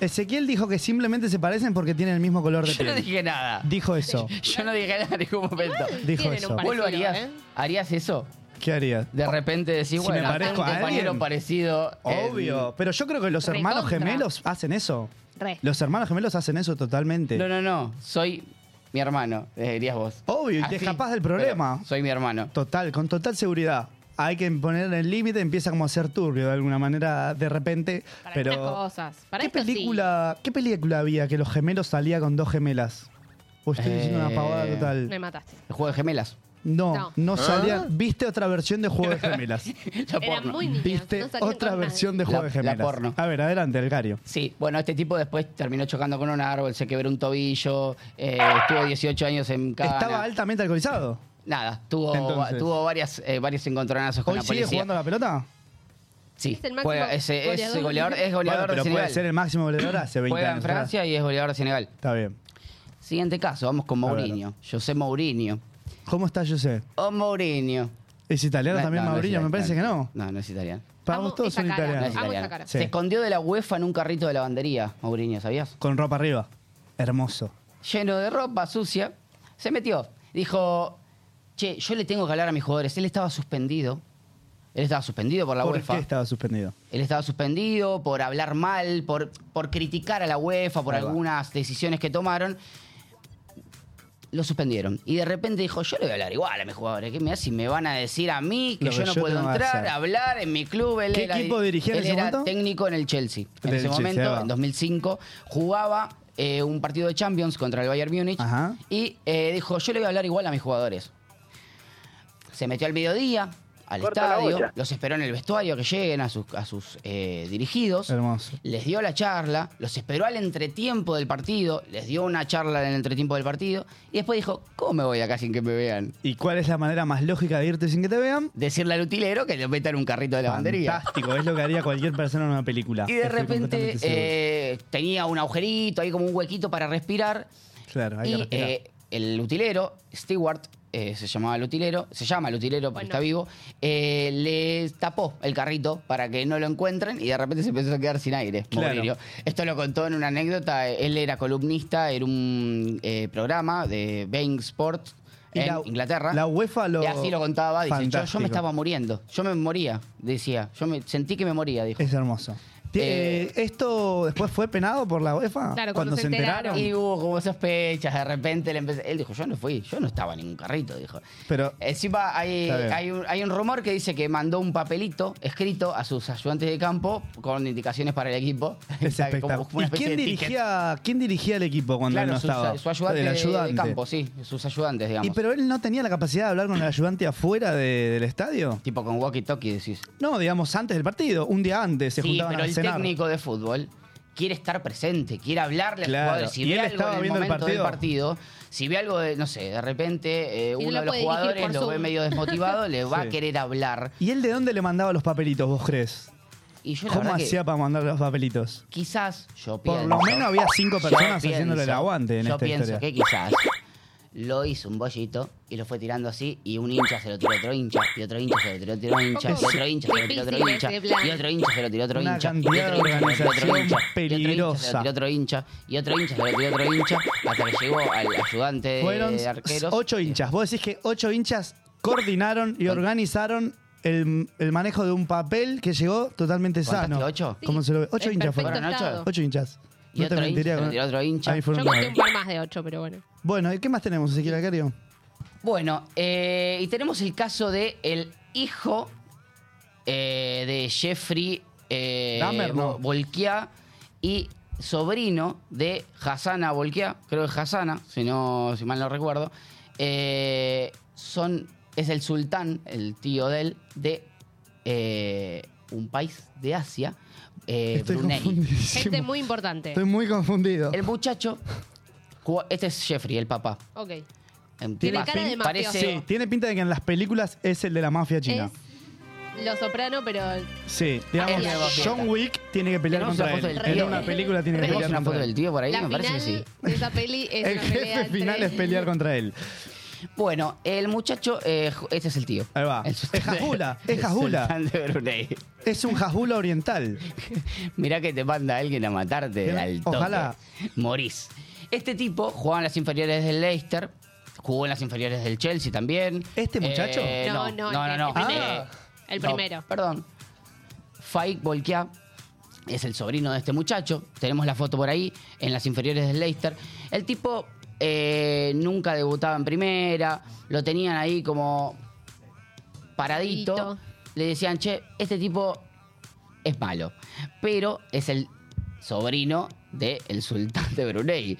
[SPEAKER 1] Ezequiel dijo que simplemente se parecen porque tienen el mismo color de
[SPEAKER 2] Yo no
[SPEAKER 1] piel.
[SPEAKER 2] dije nada.
[SPEAKER 1] Dijo eso.
[SPEAKER 2] Yo no dije nada en ningún momento.
[SPEAKER 1] Dijo
[SPEAKER 3] Tienen
[SPEAKER 1] eso.
[SPEAKER 3] un
[SPEAKER 2] ¿Vos lo
[SPEAKER 3] parecido,
[SPEAKER 2] harías?
[SPEAKER 3] ¿eh?
[SPEAKER 2] ¿Harías eso?
[SPEAKER 1] ¿Qué haría?
[SPEAKER 2] De repente decís,
[SPEAKER 1] Si
[SPEAKER 2] bueno,
[SPEAKER 1] me
[SPEAKER 2] acá
[SPEAKER 1] parezco
[SPEAKER 2] un
[SPEAKER 1] a
[SPEAKER 2] compañero
[SPEAKER 1] alguien.
[SPEAKER 2] parecido. eh, en-
[SPEAKER 1] Obvio. Pero yo creo que los hermanos
[SPEAKER 3] Recontra.
[SPEAKER 1] gemelos hacen eso.
[SPEAKER 3] Re.
[SPEAKER 1] Los hermanos gemelos hacen eso totalmente.
[SPEAKER 2] No, no, no. Soy mi hermano, le dirías vos.
[SPEAKER 1] Obvio, y te
[SPEAKER 2] Así,
[SPEAKER 1] escapás del
[SPEAKER 2] pero
[SPEAKER 1] problema.
[SPEAKER 2] Soy mi hermano.
[SPEAKER 1] Total, con total seguridad. Hay que poner el límite, empieza como a ser turbio de alguna manera de repente.
[SPEAKER 3] Para
[SPEAKER 1] pero
[SPEAKER 3] algunas cosas. Para
[SPEAKER 1] ¿qué,
[SPEAKER 3] esto sí.
[SPEAKER 1] película, ¿Qué película había que los gemelos salía con dos gemelas? O estoy diciendo una
[SPEAKER 2] Eh,
[SPEAKER 1] pavada
[SPEAKER 3] Me
[SPEAKER 1] total.
[SPEAKER 3] mataste.
[SPEAKER 2] El juego de gemelas.
[SPEAKER 1] No, no,
[SPEAKER 3] No.
[SPEAKER 2] ¿Ah?
[SPEAKER 1] salía. ¿Viste otra versión de Juego de Gemelas?
[SPEAKER 2] La
[SPEAKER 3] Eran
[SPEAKER 2] porno.
[SPEAKER 3] muy niñas.
[SPEAKER 1] ¿Viste
[SPEAKER 3] no salían
[SPEAKER 1] otra
[SPEAKER 3] con nadie.
[SPEAKER 1] versión de Juego
[SPEAKER 2] La-
[SPEAKER 1] de
[SPEAKER 2] la
[SPEAKER 1] Gemelas?
[SPEAKER 2] porno.
[SPEAKER 1] A ver, adelante, Elgario.
[SPEAKER 2] Sí, bueno, este tipo después terminó chocando con un árbol, se quebró un tobillo, eh, estuvo 18 años en cana.
[SPEAKER 1] Estaba altamente alcoholizado.
[SPEAKER 2] Nada, tuvo,
[SPEAKER 1] Entonces.
[SPEAKER 2] tuvo varias, eh, varios encontronazos con
[SPEAKER 1] ¿Hoy
[SPEAKER 2] la
[SPEAKER 1] sigue
[SPEAKER 2] policía.
[SPEAKER 1] jugando a la pelota?
[SPEAKER 2] Sí,
[SPEAKER 3] Es el máximo
[SPEAKER 2] juega- es, es
[SPEAKER 3] goleador.
[SPEAKER 2] goleador, es
[SPEAKER 1] Bueno,
[SPEAKER 2] goleador de
[SPEAKER 1] pero puede
[SPEAKER 2] Senegal.
[SPEAKER 1] ser el máximo goleador hace 20
[SPEAKER 2] Juega en
[SPEAKER 1] años.
[SPEAKER 2] Francia y es goleador de Senegal.
[SPEAKER 1] Está bien.
[SPEAKER 2] Siguiente caso, vamos con
[SPEAKER 1] A ver.
[SPEAKER 2] Mourinho. José Mourinho.
[SPEAKER 1] ¿Cómo está José?
[SPEAKER 2] O Mourinho.
[SPEAKER 1] ¿Es italiano
[SPEAKER 2] No,
[SPEAKER 1] también,
[SPEAKER 2] no, no es
[SPEAKER 1] Mauriño? Me
[SPEAKER 2] italiano.
[SPEAKER 1] parece que no.
[SPEAKER 2] No, no es italiano.
[SPEAKER 1] Para
[SPEAKER 3] Amo
[SPEAKER 1] vos todos
[SPEAKER 3] esa
[SPEAKER 1] son
[SPEAKER 3] cara.
[SPEAKER 2] No
[SPEAKER 1] italianos.
[SPEAKER 2] es
[SPEAKER 3] Amo Ah, esa
[SPEAKER 2] italiano.
[SPEAKER 3] cara.
[SPEAKER 1] Sí.
[SPEAKER 2] Se escondió de la UEFA en un carrito de lavandería, Mourinho, ¿sabías?
[SPEAKER 1] Con ropa arriba. Hermoso.
[SPEAKER 2] Lleno de ropa sucia. Se metió. Dijo, che, yo le tengo que hablar a mis jugadores. Él estaba suspendido. Él estaba suspendido por la
[SPEAKER 1] ¿Por
[SPEAKER 2] UEFA.
[SPEAKER 1] qué estaba suspendido?
[SPEAKER 2] Él estaba suspendido por hablar mal, por, por criticar a la UEFA, por
[SPEAKER 1] Ahí va.
[SPEAKER 2] algunas decisiones que tomaron. Lo suspendieron. Y de repente dijo, yo le voy a hablar igual a mis jugadores. ¿Qué me hace si me van a decir a mí que
[SPEAKER 1] Lo que
[SPEAKER 2] yo no
[SPEAKER 1] yo
[SPEAKER 2] puedo
[SPEAKER 1] tengo que
[SPEAKER 2] entrar,
[SPEAKER 1] hacer".
[SPEAKER 2] hablar en mi club? Él
[SPEAKER 1] ¿Qué
[SPEAKER 2] era-
[SPEAKER 1] equipo dirigía en
[SPEAKER 2] él
[SPEAKER 1] ese
[SPEAKER 2] era
[SPEAKER 1] momento?
[SPEAKER 2] técnico en el Chelsea. En
[SPEAKER 1] Del
[SPEAKER 2] ese
[SPEAKER 1] Chelsea, ahí
[SPEAKER 2] momento,
[SPEAKER 1] va.
[SPEAKER 2] en 2005, jugaba eh, un partido de Champions contra el Bayern Múnich.
[SPEAKER 1] Ajá.
[SPEAKER 2] Y eh, dijo, yo le voy a hablar igual a mis jugadores. Se metió al mediodía, al
[SPEAKER 4] Corta la
[SPEAKER 2] estadio,
[SPEAKER 4] olla.
[SPEAKER 2] los esperó en el vestuario que lleguen a sus, a sus eh, dirigidos,
[SPEAKER 1] Hermoso.
[SPEAKER 2] les dio la charla, los esperó al entretiempo del partido, les dio una charla en el entretiempo del partido, y después dijo, ¿cómo me voy acá sin que me vean?
[SPEAKER 1] ¿Y cuál es la manera más lógica de irte sin que te vean?
[SPEAKER 2] Decirle al utilero que le meta en un carrito de lavandería.
[SPEAKER 1] Fantástico, es lo que haría cualquier persona en una película.
[SPEAKER 2] Y de
[SPEAKER 1] Estoy
[SPEAKER 2] repente
[SPEAKER 1] completamente seguro.
[SPEAKER 2] eh, tenía un agujerito, ahí como un huequito para respirar,
[SPEAKER 1] claro, hay que
[SPEAKER 2] Y
[SPEAKER 1] respirar.
[SPEAKER 2] eh, el utilero, Stewart, eh, se llamaba el utilero, se llama el utilero porque
[SPEAKER 3] Bueno.
[SPEAKER 2] está vivo, eh, le tapó el carrito para que no lo encuentren y de repente se empezó a quedar sin aire.
[SPEAKER 1] Claro.
[SPEAKER 2] Mourinho. Esto lo contó en una anécdota, él era columnista en un eh, programa de Bain Sport
[SPEAKER 1] Y
[SPEAKER 2] en
[SPEAKER 1] la-
[SPEAKER 2] Inglaterra.
[SPEAKER 1] La UEFA lo.
[SPEAKER 2] Y así lo contaba, dice, yo, yo
[SPEAKER 1] Fantástico.
[SPEAKER 2] me estaba muriendo, yo me moría, decía, yo me sentí que me moría, dijo.
[SPEAKER 1] Es hermoso. Ti-
[SPEAKER 2] Eh,
[SPEAKER 1] eh, ¿Esto después fue penado por la UEFA?
[SPEAKER 3] Claro, cuando se enteraron.
[SPEAKER 2] Y hubo como sospechas, de repente le empecé- él dijo, yo no fui, yo no estaba en ningún carrito, dijo.
[SPEAKER 1] Pero
[SPEAKER 2] Eh, Encima hay,
[SPEAKER 1] Está bien.
[SPEAKER 2] hay, un, hay un rumor que dice que mandó un papelito escrito a sus ayudantes de campo con indicaciones para el equipo.
[SPEAKER 1] es
[SPEAKER 2] Está como
[SPEAKER 1] espectacular.
[SPEAKER 2] una
[SPEAKER 1] ¿Y
[SPEAKER 2] especie
[SPEAKER 1] quién
[SPEAKER 2] de ticket.
[SPEAKER 1] dirigía, quién dirigía el equipo cuando
[SPEAKER 2] Claro,
[SPEAKER 1] él no
[SPEAKER 2] su,
[SPEAKER 1] estaba?
[SPEAKER 2] su ayudante,
[SPEAKER 1] El
[SPEAKER 2] de campo, sí, sus ayudantes, digamos.
[SPEAKER 1] Y pero él no tenía la capacidad de hablar con el ayudante afuera de- del estadio.
[SPEAKER 2] Tipo con walkie-talkie decís.
[SPEAKER 1] No, digamos antes del partido, un día antes se
[SPEAKER 2] sí,
[SPEAKER 1] juntaban
[SPEAKER 2] pero
[SPEAKER 1] a
[SPEAKER 2] el
[SPEAKER 1] cenar.
[SPEAKER 2] técnico de fútbol quiere estar presente, quiere hablarle
[SPEAKER 1] Claro,
[SPEAKER 2] a los jugadores. Si
[SPEAKER 1] y
[SPEAKER 2] ve
[SPEAKER 1] él
[SPEAKER 2] algo
[SPEAKER 1] estaba
[SPEAKER 2] en el
[SPEAKER 1] viendo el
[SPEAKER 2] momento del
[SPEAKER 1] partido.
[SPEAKER 2] partido, si ve algo, de, no sé, de repente eh,
[SPEAKER 3] no
[SPEAKER 2] uno
[SPEAKER 3] lo
[SPEAKER 2] de los
[SPEAKER 3] puede dirigir
[SPEAKER 2] jugadores
[SPEAKER 3] por
[SPEAKER 2] lo ve
[SPEAKER 3] Zoom.
[SPEAKER 2] medio desmotivado, le va
[SPEAKER 1] Sí.
[SPEAKER 2] a querer hablar.
[SPEAKER 1] ¿Y él de dónde le mandaba los papelitos, vos crees?
[SPEAKER 2] Y yo la
[SPEAKER 1] ¿Cómo
[SPEAKER 2] verdad que
[SPEAKER 1] hacía para mandar los papelitos?
[SPEAKER 2] quizás yo
[SPEAKER 1] Por
[SPEAKER 2] pienso...
[SPEAKER 1] lo menos había cinco
[SPEAKER 2] yo
[SPEAKER 1] personas
[SPEAKER 2] pienso-
[SPEAKER 1] haciéndole el aguante en
[SPEAKER 2] Yo
[SPEAKER 1] esta
[SPEAKER 2] pienso
[SPEAKER 1] historia.
[SPEAKER 2] que quizás lo hizo un bollito y lo fue tirando así y un hincha se lo tiró a otro hincha y otro hincha se lo tiró a otro hincha y otro hincha se lo tiró a otro
[SPEAKER 3] Difícil
[SPEAKER 2] hincha
[SPEAKER 3] ese plan.
[SPEAKER 2] y otro hincha se lo tiró a otro
[SPEAKER 1] este Una
[SPEAKER 2] hincha y
[SPEAKER 1] cantidad
[SPEAKER 2] otro
[SPEAKER 1] de
[SPEAKER 2] hincha se lo tiró a otro
[SPEAKER 1] organización
[SPEAKER 2] hincha
[SPEAKER 1] peligrosa.
[SPEAKER 2] y otro hincha se lo tiró a otro hincha y otro hincha se lo tiró a otro hincha hasta que llegó al ayudante
[SPEAKER 1] Fueron
[SPEAKER 2] de Eh, arqueros
[SPEAKER 1] ocho hinchas. Vos decís que ocho hinchas coordinaron y organizaron el, el manejo de un papel que llegó totalmente
[SPEAKER 2] ¿Contaste
[SPEAKER 1] sano.
[SPEAKER 2] los ocho?
[SPEAKER 1] ¿Cómo se lo ve? Ocho
[SPEAKER 3] Es
[SPEAKER 1] hinchas
[SPEAKER 3] Eh, perfecto
[SPEAKER 1] fueron.
[SPEAKER 2] Fueron ocho.
[SPEAKER 3] estado.
[SPEAKER 1] Ocho hinchas.
[SPEAKER 2] Y
[SPEAKER 1] no te
[SPEAKER 2] otro hincha
[SPEAKER 1] mentiría
[SPEAKER 2] se
[SPEAKER 1] con-
[SPEAKER 2] lo tiró a otro hincha.
[SPEAKER 1] Ahí
[SPEAKER 3] Yo
[SPEAKER 1] fueron
[SPEAKER 3] conté
[SPEAKER 1] nueve.
[SPEAKER 3] un par más de ocho, pero bueno.
[SPEAKER 1] Bueno, ¿y qué más tenemos, Ezequiel Acario?
[SPEAKER 2] Bueno, eh, y tenemos el caso de el hijo eh, de Jeffrey eh,
[SPEAKER 1] Dahmer, no.
[SPEAKER 2] Bo- Bolkiah y sobrino de Hassana Bolkiah, creo que es Hassana, si, no, si mal no recuerdo, eh, son, es el sultán, el tío de él, de eh, un país de Asia, eh,
[SPEAKER 1] Estoy
[SPEAKER 2] Brunei.
[SPEAKER 1] confundidísimo.
[SPEAKER 3] Gente muy importante.
[SPEAKER 1] Estoy muy confundido.
[SPEAKER 2] El muchacho, jugó- este es Jeffrey, el papá.
[SPEAKER 3] Ok.
[SPEAKER 2] En
[SPEAKER 3] Tiene
[SPEAKER 2] paz,
[SPEAKER 3] cara de
[SPEAKER 2] parece-
[SPEAKER 3] mafioso.
[SPEAKER 1] Sí, tiene pinta de que en las películas es el de la mafia china.
[SPEAKER 3] Es Lo Soprano, pero
[SPEAKER 1] Sí, digamos,
[SPEAKER 3] Ah, es la
[SPEAKER 1] John Wick tiene que pelear
[SPEAKER 2] Tenemos
[SPEAKER 1] contra
[SPEAKER 2] una foto
[SPEAKER 1] él.
[SPEAKER 2] del
[SPEAKER 1] En
[SPEAKER 2] tío.
[SPEAKER 1] una película tiene que
[SPEAKER 2] ¿Tenemos
[SPEAKER 1] pelear
[SPEAKER 2] una
[SPEAKER 1] contra
[SPEAKER 2] foto del
[SPEAKER 1] él.
[SPEAKER 2] tío por ahí?
[SPEAKER 3] la
[SPEAKER 2] Me parece
[SPEAKER 3] final
[SPEAKER 2] que sí.
[SPEAKER 3] de esa peli es
[SPEAKER 1] El
[SPEAKER 3] una pelea
[SPEAKER 1] jefe
[SPEAKER 3] entre-
[SPEAKER 1] final es pelear contra él.
[SPEAKER 2] Bueno, el muchacho, eh, ju- este es el tío.
[SPEAKER 1] Ahí va.
[SPEAKER 2] El
[SPEAKER 1] Es
[SPEAKER 2] sultán de-
[SPEAKER 1] Jajula, es
[SPEAKER 2] el
[SPEAKER 1] Jajula.
[SPEAKER 2] sultán de Brunei.
[SPEAKER 1] Es un jazbula oriental.
[SPEAKER 2] Mirá que te manda alguien a matarte
[SPEAKER 1] Bien,
[SPEAKER 2] al toque.
[SPEAKER 1] ojalá.
[SPEAKER 2] Morís. Este tipo jugaba en las inferiores del Leicester, jugó en las inferiores del Chelsea también.
[SPEAKER 1] ¿Este muchacho? Ah.
[SPEAKER 2] Eh,
[SPEAKER 3] No,
[SPEAKER 2] no,
[SPEAKER 3] no,
[SPEAKER 2] no, no.
[SPEAKER 3] el-
[SPEAKER 2] no.
[SPEAKER 3] el primero.
[SPEAKER 2] Eh,
[SPEAKER 3] El
[SPEAKER 2] no,
[SPEAKER 3] primero.
[SPEAKER 2] perdón. Faik Bolkiah es el sobrino de este muchacho. Tenemos la foto por ahí, en las inferiores del Leicester. El tipo eh, nunca debutaba en primera, lo tenían ahí como paradito.
[SPEAKER 3] Paradito.
[SPEAKER 2] Le decían, che, este tipo es malo, pero es el sobrino del sultán de Brunei.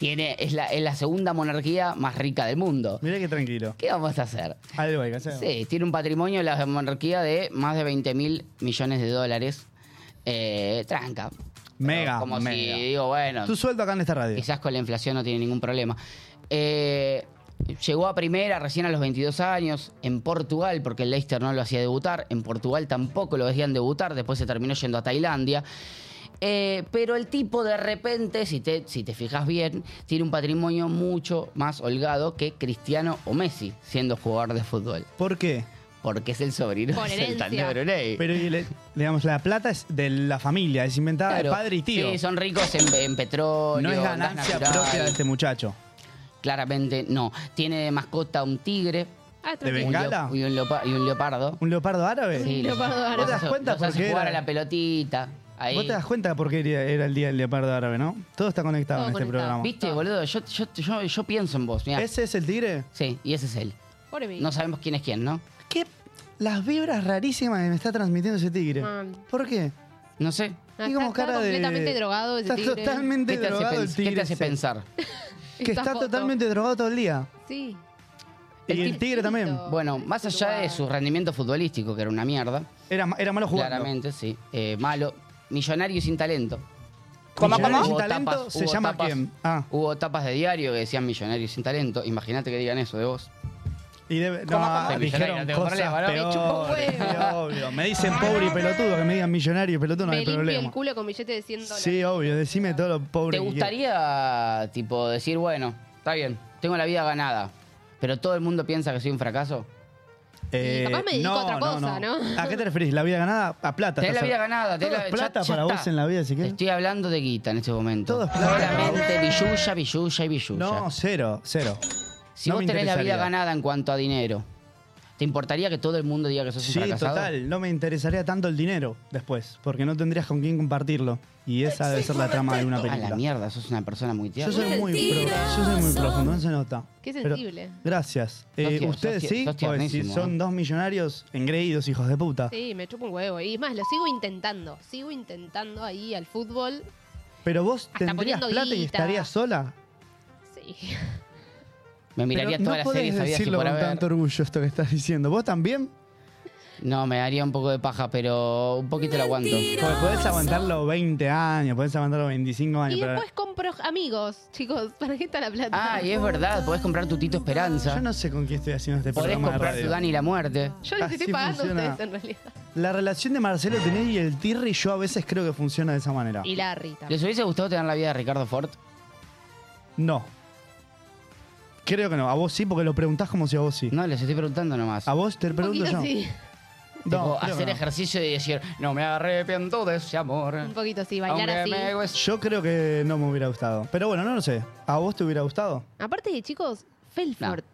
[SPEAKER 2] Tiene, es, la, es la segunda monarquía más rica del mundo.
[SPEAKER 1] Mirá que tranquilo.
[SPEAKER 2] ¿Qué vamos a hacer?
[SPEAKER 1] Algo hay que hacer.
[SPEAKER 2] Sí, tiene un patrimonio la monarquía de más de 20 mil millones de dólares. Eh, tranca. Pero
[SPEAKER 1] Mega,
[SPEAKER 2] Como
[SPEAKER 1] mega.
[SPEAKER 2] si digo, bueno,
[SPEAKER 1] Tu sueldo acá en esta radio.
[SPEAKER 2] quizás con la inflación no tiene ningún problema. Eh, llegó a primera recién a los 22 años en Portugal, porque el Leicester no lo hacía debutar. En Portugal tampoco lo hacían debutar. Después se terminó yendo a Tailandia. Eh, pero el tipo de repente, si te, si te fijas bien, tiene un patrimonio mucho más holgado que Cristiano o Messi, siendo jugador de fútbol
[SPEAKER 1] ¿Por qué?
[SPEAKER 2] porque es el sobrino
[SPEAKER 3] Por
[SPEAKER 2] del sultán de
[SPEAKER 3] herencia.
[SPEAKER 2] Brunei.
[SPEAKER 1] Pero, y le- digamos, la plata es de la familia, es inventada
[SPEAKER 2] Claro.
[SPEAKER 1] de padre y tío.
[SPEAKER 2] Sí, son ricos en, en petróleo.
[SPEAKER 1] no es
[SPEAKER 2] gas
[SPEAKER 1] ganancia
[SPEAKER 2] natural.
[SPEAKER 1] propia de este muchacho.
[SPEAKER 2] Claramente no. Tiene de mascota un tigre
[SPEAKER 3] Ah,
[SPEAKER 1] De
[SPEAKER 2] un
[SPEAKER 1] venga-
[SPEAKER 3] tranquilo.
[SPEAKER 1] ¿Bengala?
[SPEAKER 2] leop- y, un leopa- y un leopardo.
[SPEAKER 1] ¿Un leopardo árabe?
[SPEAKER 2] Sí, los-
[SPEAKER 3] leopardo árabe.
[SPEAKER 2] los
[SPEAKER 1] ¿Te das
[SPEAKER 2] hace-
[SPEAKER 1] cuenta
[SPEAKER 2] los
[SPEAKER 1] por
[SPEAKER 2] hace
[SPEAKER 1] qué
[SPEAKER 2] jugar
[SPEAKER 1] era?
[SPEAKER 2] a la pelotita. Ahí.
[SPEAKER 1] Vos te das cuenta por qué era era el día del leopardo árabe, ¿no? Todo está conectado
[SPEAKER 3] Todo
[SPEAKER 1] en este
[SPEAKER 3] conectado.
[SPEAKER 1] programa.
[SPEAKER 2] ¿Viste, boludo? Yo, yo, yo, yo pienso en vos. mirá.
[SPEAKER 1] ¿Ese es el tigre?
[SPEAKER 2] Sí, y ese es él.
[SPEAKER 3] Pobre mí.
[SPEAKER 2] No sabemos quién es quién, ¿no?
[SPEAKER 1] ¿Qué? Las vibras rarísimas que me está transmitiendo ese tigre.
[SPEAKER 3] Man.
[SPEAKER 1] ¿Por qué?
[SPEAKER 2] No sé.
[SPEAKER 3] Ah, está- está completamente drogado ese
[SPEAKER 1] está
[SPEAKER 3] tigre.
[SPEAKER 1] totalmente
[SPEAKER 2] ¿Qué te, hace,
[SPEAKER 1] drogado el
[SPEAKER 2] pens- qué
[SPEAKER 1] tigre.
[SPEAKER 2] te hace
[SPEAKER 1] ese.
[SPEAKER 2] pensar?
[SPEAKER 1] Que
[SPEAKER 3] Esta
[SPEAKER 1] está
[SPEAKER 3] foto.
[SPEAKER 1] totalmente drogado todo el día.
[SPEAKER 3] Sí.
[SPEAKER 1] y el tigre también.
[SPEAKER 3] Listo.
[SPEAKER 2] Bueno, más
[SPEAKER 3] Este
[SPEAKER 2] allá de su rendimiento futbolístico, que era una mierda,
[SPEAKER 1] Era, ma- era malo jugando.
[SPEAKER 2] Claramente, sí. Eh, malo. Millonario y sin talento.
[SPEAKER 1] ¿Cómo, cómo?
[SPEAKER 2] Hubo
[SPEAKER 1] Sin talento, se
[SPEAKER 2] hubo
[SPEAKER 1] llama quién? Ah.
[SPEAKER 2] Hubo tapas de diario que decían millonario y sin talento. Imagínate que digan eso de vos.
[SPEAKER 1] Y debe-
[SPEAKER 2] ¿Cómo,
[SPEAKER 1] no,
[SPEAKER 2] cómo?
[SPEAKER 1] dijeron
[SPEAKER 2] Millonario, no tengo
[SPEAKER 1] cosas
[SPEAKER 2] problema, ¿no? Me
[SPEAKER 1] peores,
[SPEAKER 3] chupa un huevo.
[SPEAKER 1] sí, obvio. Me dicen pobre y pelotudo, que me digan millonario y pelotudo, no
[SPEAKER 3] Me
[SPEAKER 1] hay
[SPEAKER 3] limpio el
[SPEAKER 1] problema.
[SPEAKER 3] culo con billete de 100 dólares.
[SPEAKER 1] Sí, obvio, decime todo lo pobre
[SPEAKER 2] ¿Te
[SPEAKER 1] que quieras.
[SPEAKER 2] gustaría, tipo, decir, bueno, está bien, tengo la vida ganada? pero todo el mundo piensa que soy un fracaso.
[SPEAKER 3] capaz
[SPEAKER 1] Eh,
[SPEAKER 3] me dedico a otra cosa, ¿no?
[SPEAKER 1] ¿A qué te referís? ¿La vida ganada? A plata.
[SPEAKER 2] Tenés
[SPEAKER 1] estás
[SPEAKER 2] la vida
[SPEAKER 1] hablando.
[SPEAKER 2] ganada, tenés
[SPEAKER 1] Todo
[SPEAKER 2] la
[SPEAKER 1] es
[SPEAKER 2] ya-
[SPEAKER 1] plata
[SPEAKER 2] ya
[SPEAKER 1] para
[SPEAKER 2] está.
[SPEAKER 1] vos en la vida, si querés.
[SPEAKER 2] Estoy hablando de guita en este momento.
[SPEAKER 1] Todo es plata.
[SPEAKER 2] Solamente billulla, billulla y billulla.
[SPEAKER 1] No, cero, cero.
[SPEAKER 2] si
[SPEAKER 1] no
[SPEAKER 2] vos
[SPEAKER 1] me
[SPEAKER 2] tenés la vida
[SPEAKER 1] interesaría.
[SPEAKER 2] ganada en cuanto a dinero, ¿te importaría que todo el mundo diga que sos un
[SPEAKER 1] Sí,
[SPEAKER 2] fracasado?
[SPEAKER 1] total. No me interesaría tanto el dinero después, porque no tendrías con quién compartirlo. Y esa debe ser la trama de una
[SPEAKER 2] A la
[SPEAKER 1] película.
[SPEAKER 2] mierda, sos una persona muy
[SPEAKER 1] Yo
[SPEAKER 2] tierna.
[SPEAKER 1] soy muy, pro- yo soy muy profundo, no se nota.
[SPEAKER 3] Qué
[SPEAKER 1] Pero-
[SPEAKER 3] sensible.
[SPEAKER 1] gracias. Eh,
[SPEAKER 2] tierno,
[SPEAKER 1] Ustedes
[SPEAKER 2] sos tier-
[SPEAKER 1] sí,
[SPEAKER 2] sos
[SPEAKER 1] Porque si
[SPEAKER 2] tiernísimo,
[SPEAKER 1] son
[SPEAKER 2] ¿eh?
[SPEAKER 1] dos millonarios engreídos, hijos de puta.
[SPEAKER 3] Sí, me chupo un huevo. Y es más, lo sigo intentando. Sigo intentando ahí al fútbol.
[SPEAKER 1] Pero vos
[SPEAKER 3] Hasta
[SPEAKER 1] tendrías
[SPEAKER 3] poniendo
[SPEAKER 1] plata y
[SPEAKER 3] guita.
[SPEAKER 1] estarías sola.
[SPEAKER 3] Sí.
[SPEAKER 2] Me miraría
[SPEAKER 1] Pero
[SPEAKER 2] todas
[SPEAKER 1] no
[SPEAKER 2] las series
[SPEAKER 1] podés
[SPEAKER 2] sabidas y
[SPEAKER 1] decirlo
[SPEAKER 2] por
[SPEAKER 1] con
[SPEAKER 2] haber.
[SPEAKER 1] tanto orgullo esto que estás diciendo. ¿Vos también?
[SPEAKER 2] No, me daría un poco de paja, pero un poquito lo aguanto.
[SPEAKER 1] Porque podés aguantarlo 20 años, podés aguantarlo 25 años.
[SPEAKER 3] Y
[SPEAKER 1] pero
[SPEAKER 3] después compro amigos, chicos. ¿Para qué está la plata?
[SPEAKER 2] Ah, y es verdad, podés comprar tu Tito Esperanza.
[SPEAKER 1] Yo no sé con quién estoy haciendo este
[SPEAKER 2] podés
[SPEAKER 1] programa de
[SPEAKER 2] comprar tu
[SPEAKER 1] radio.
[SPEAKER 2] Dani la Muerte.
[SPEAKER 3] Yo les
[SPEAKER 1] Así
[SPEAKER 3] estoy pagando
[SPEAKER 1] funciona. Ah.
[SPEAKER 3] a ustedes en realidad.
[SPEAKER 1] La relación de Marcelo Tinelli y el Tirri yo a veces creo que funciona de esa manera.
[SPEAKER 3] Y la Rita.
[SPEAKER 2] ¿Les hubiese gustado tener la vida de Ricardo Ford?
[SPEAKER 1] No. Creo que no. A vos sí, porque lo preguntás como si a vos sí.
[SPEAKER 2] No, les estoy preguntando nomás.
[SPEAKER 1] A vos te pregunto
[SPEAKER 3] poquito
[SPEAKER 1] yo.
[SPEAKER 3] sí.
[SPEAKER 1] Ah,
[SPEAKER 2] Tipo,
[SPEAKER 1] No, creo que
[SPEAKER 2] hacer
[SPEAKER 1] no.
[SPEAKER 2] ejercicio y decir, no me arrepiento de ese amor.
[SPEAKER 3] Un poquito sí, bailar
[SPEAKER 2] aunque
[SPEAKER 3] así.
[SPEAKER 2] me cueste".
[SPEAKER 1] Yo creo que no me hubiera gustado. Pero bueno, no lo sé. ¿A vos te hubiera gustado?
[SPEAKER 3] Aparte de chicos, Felfort.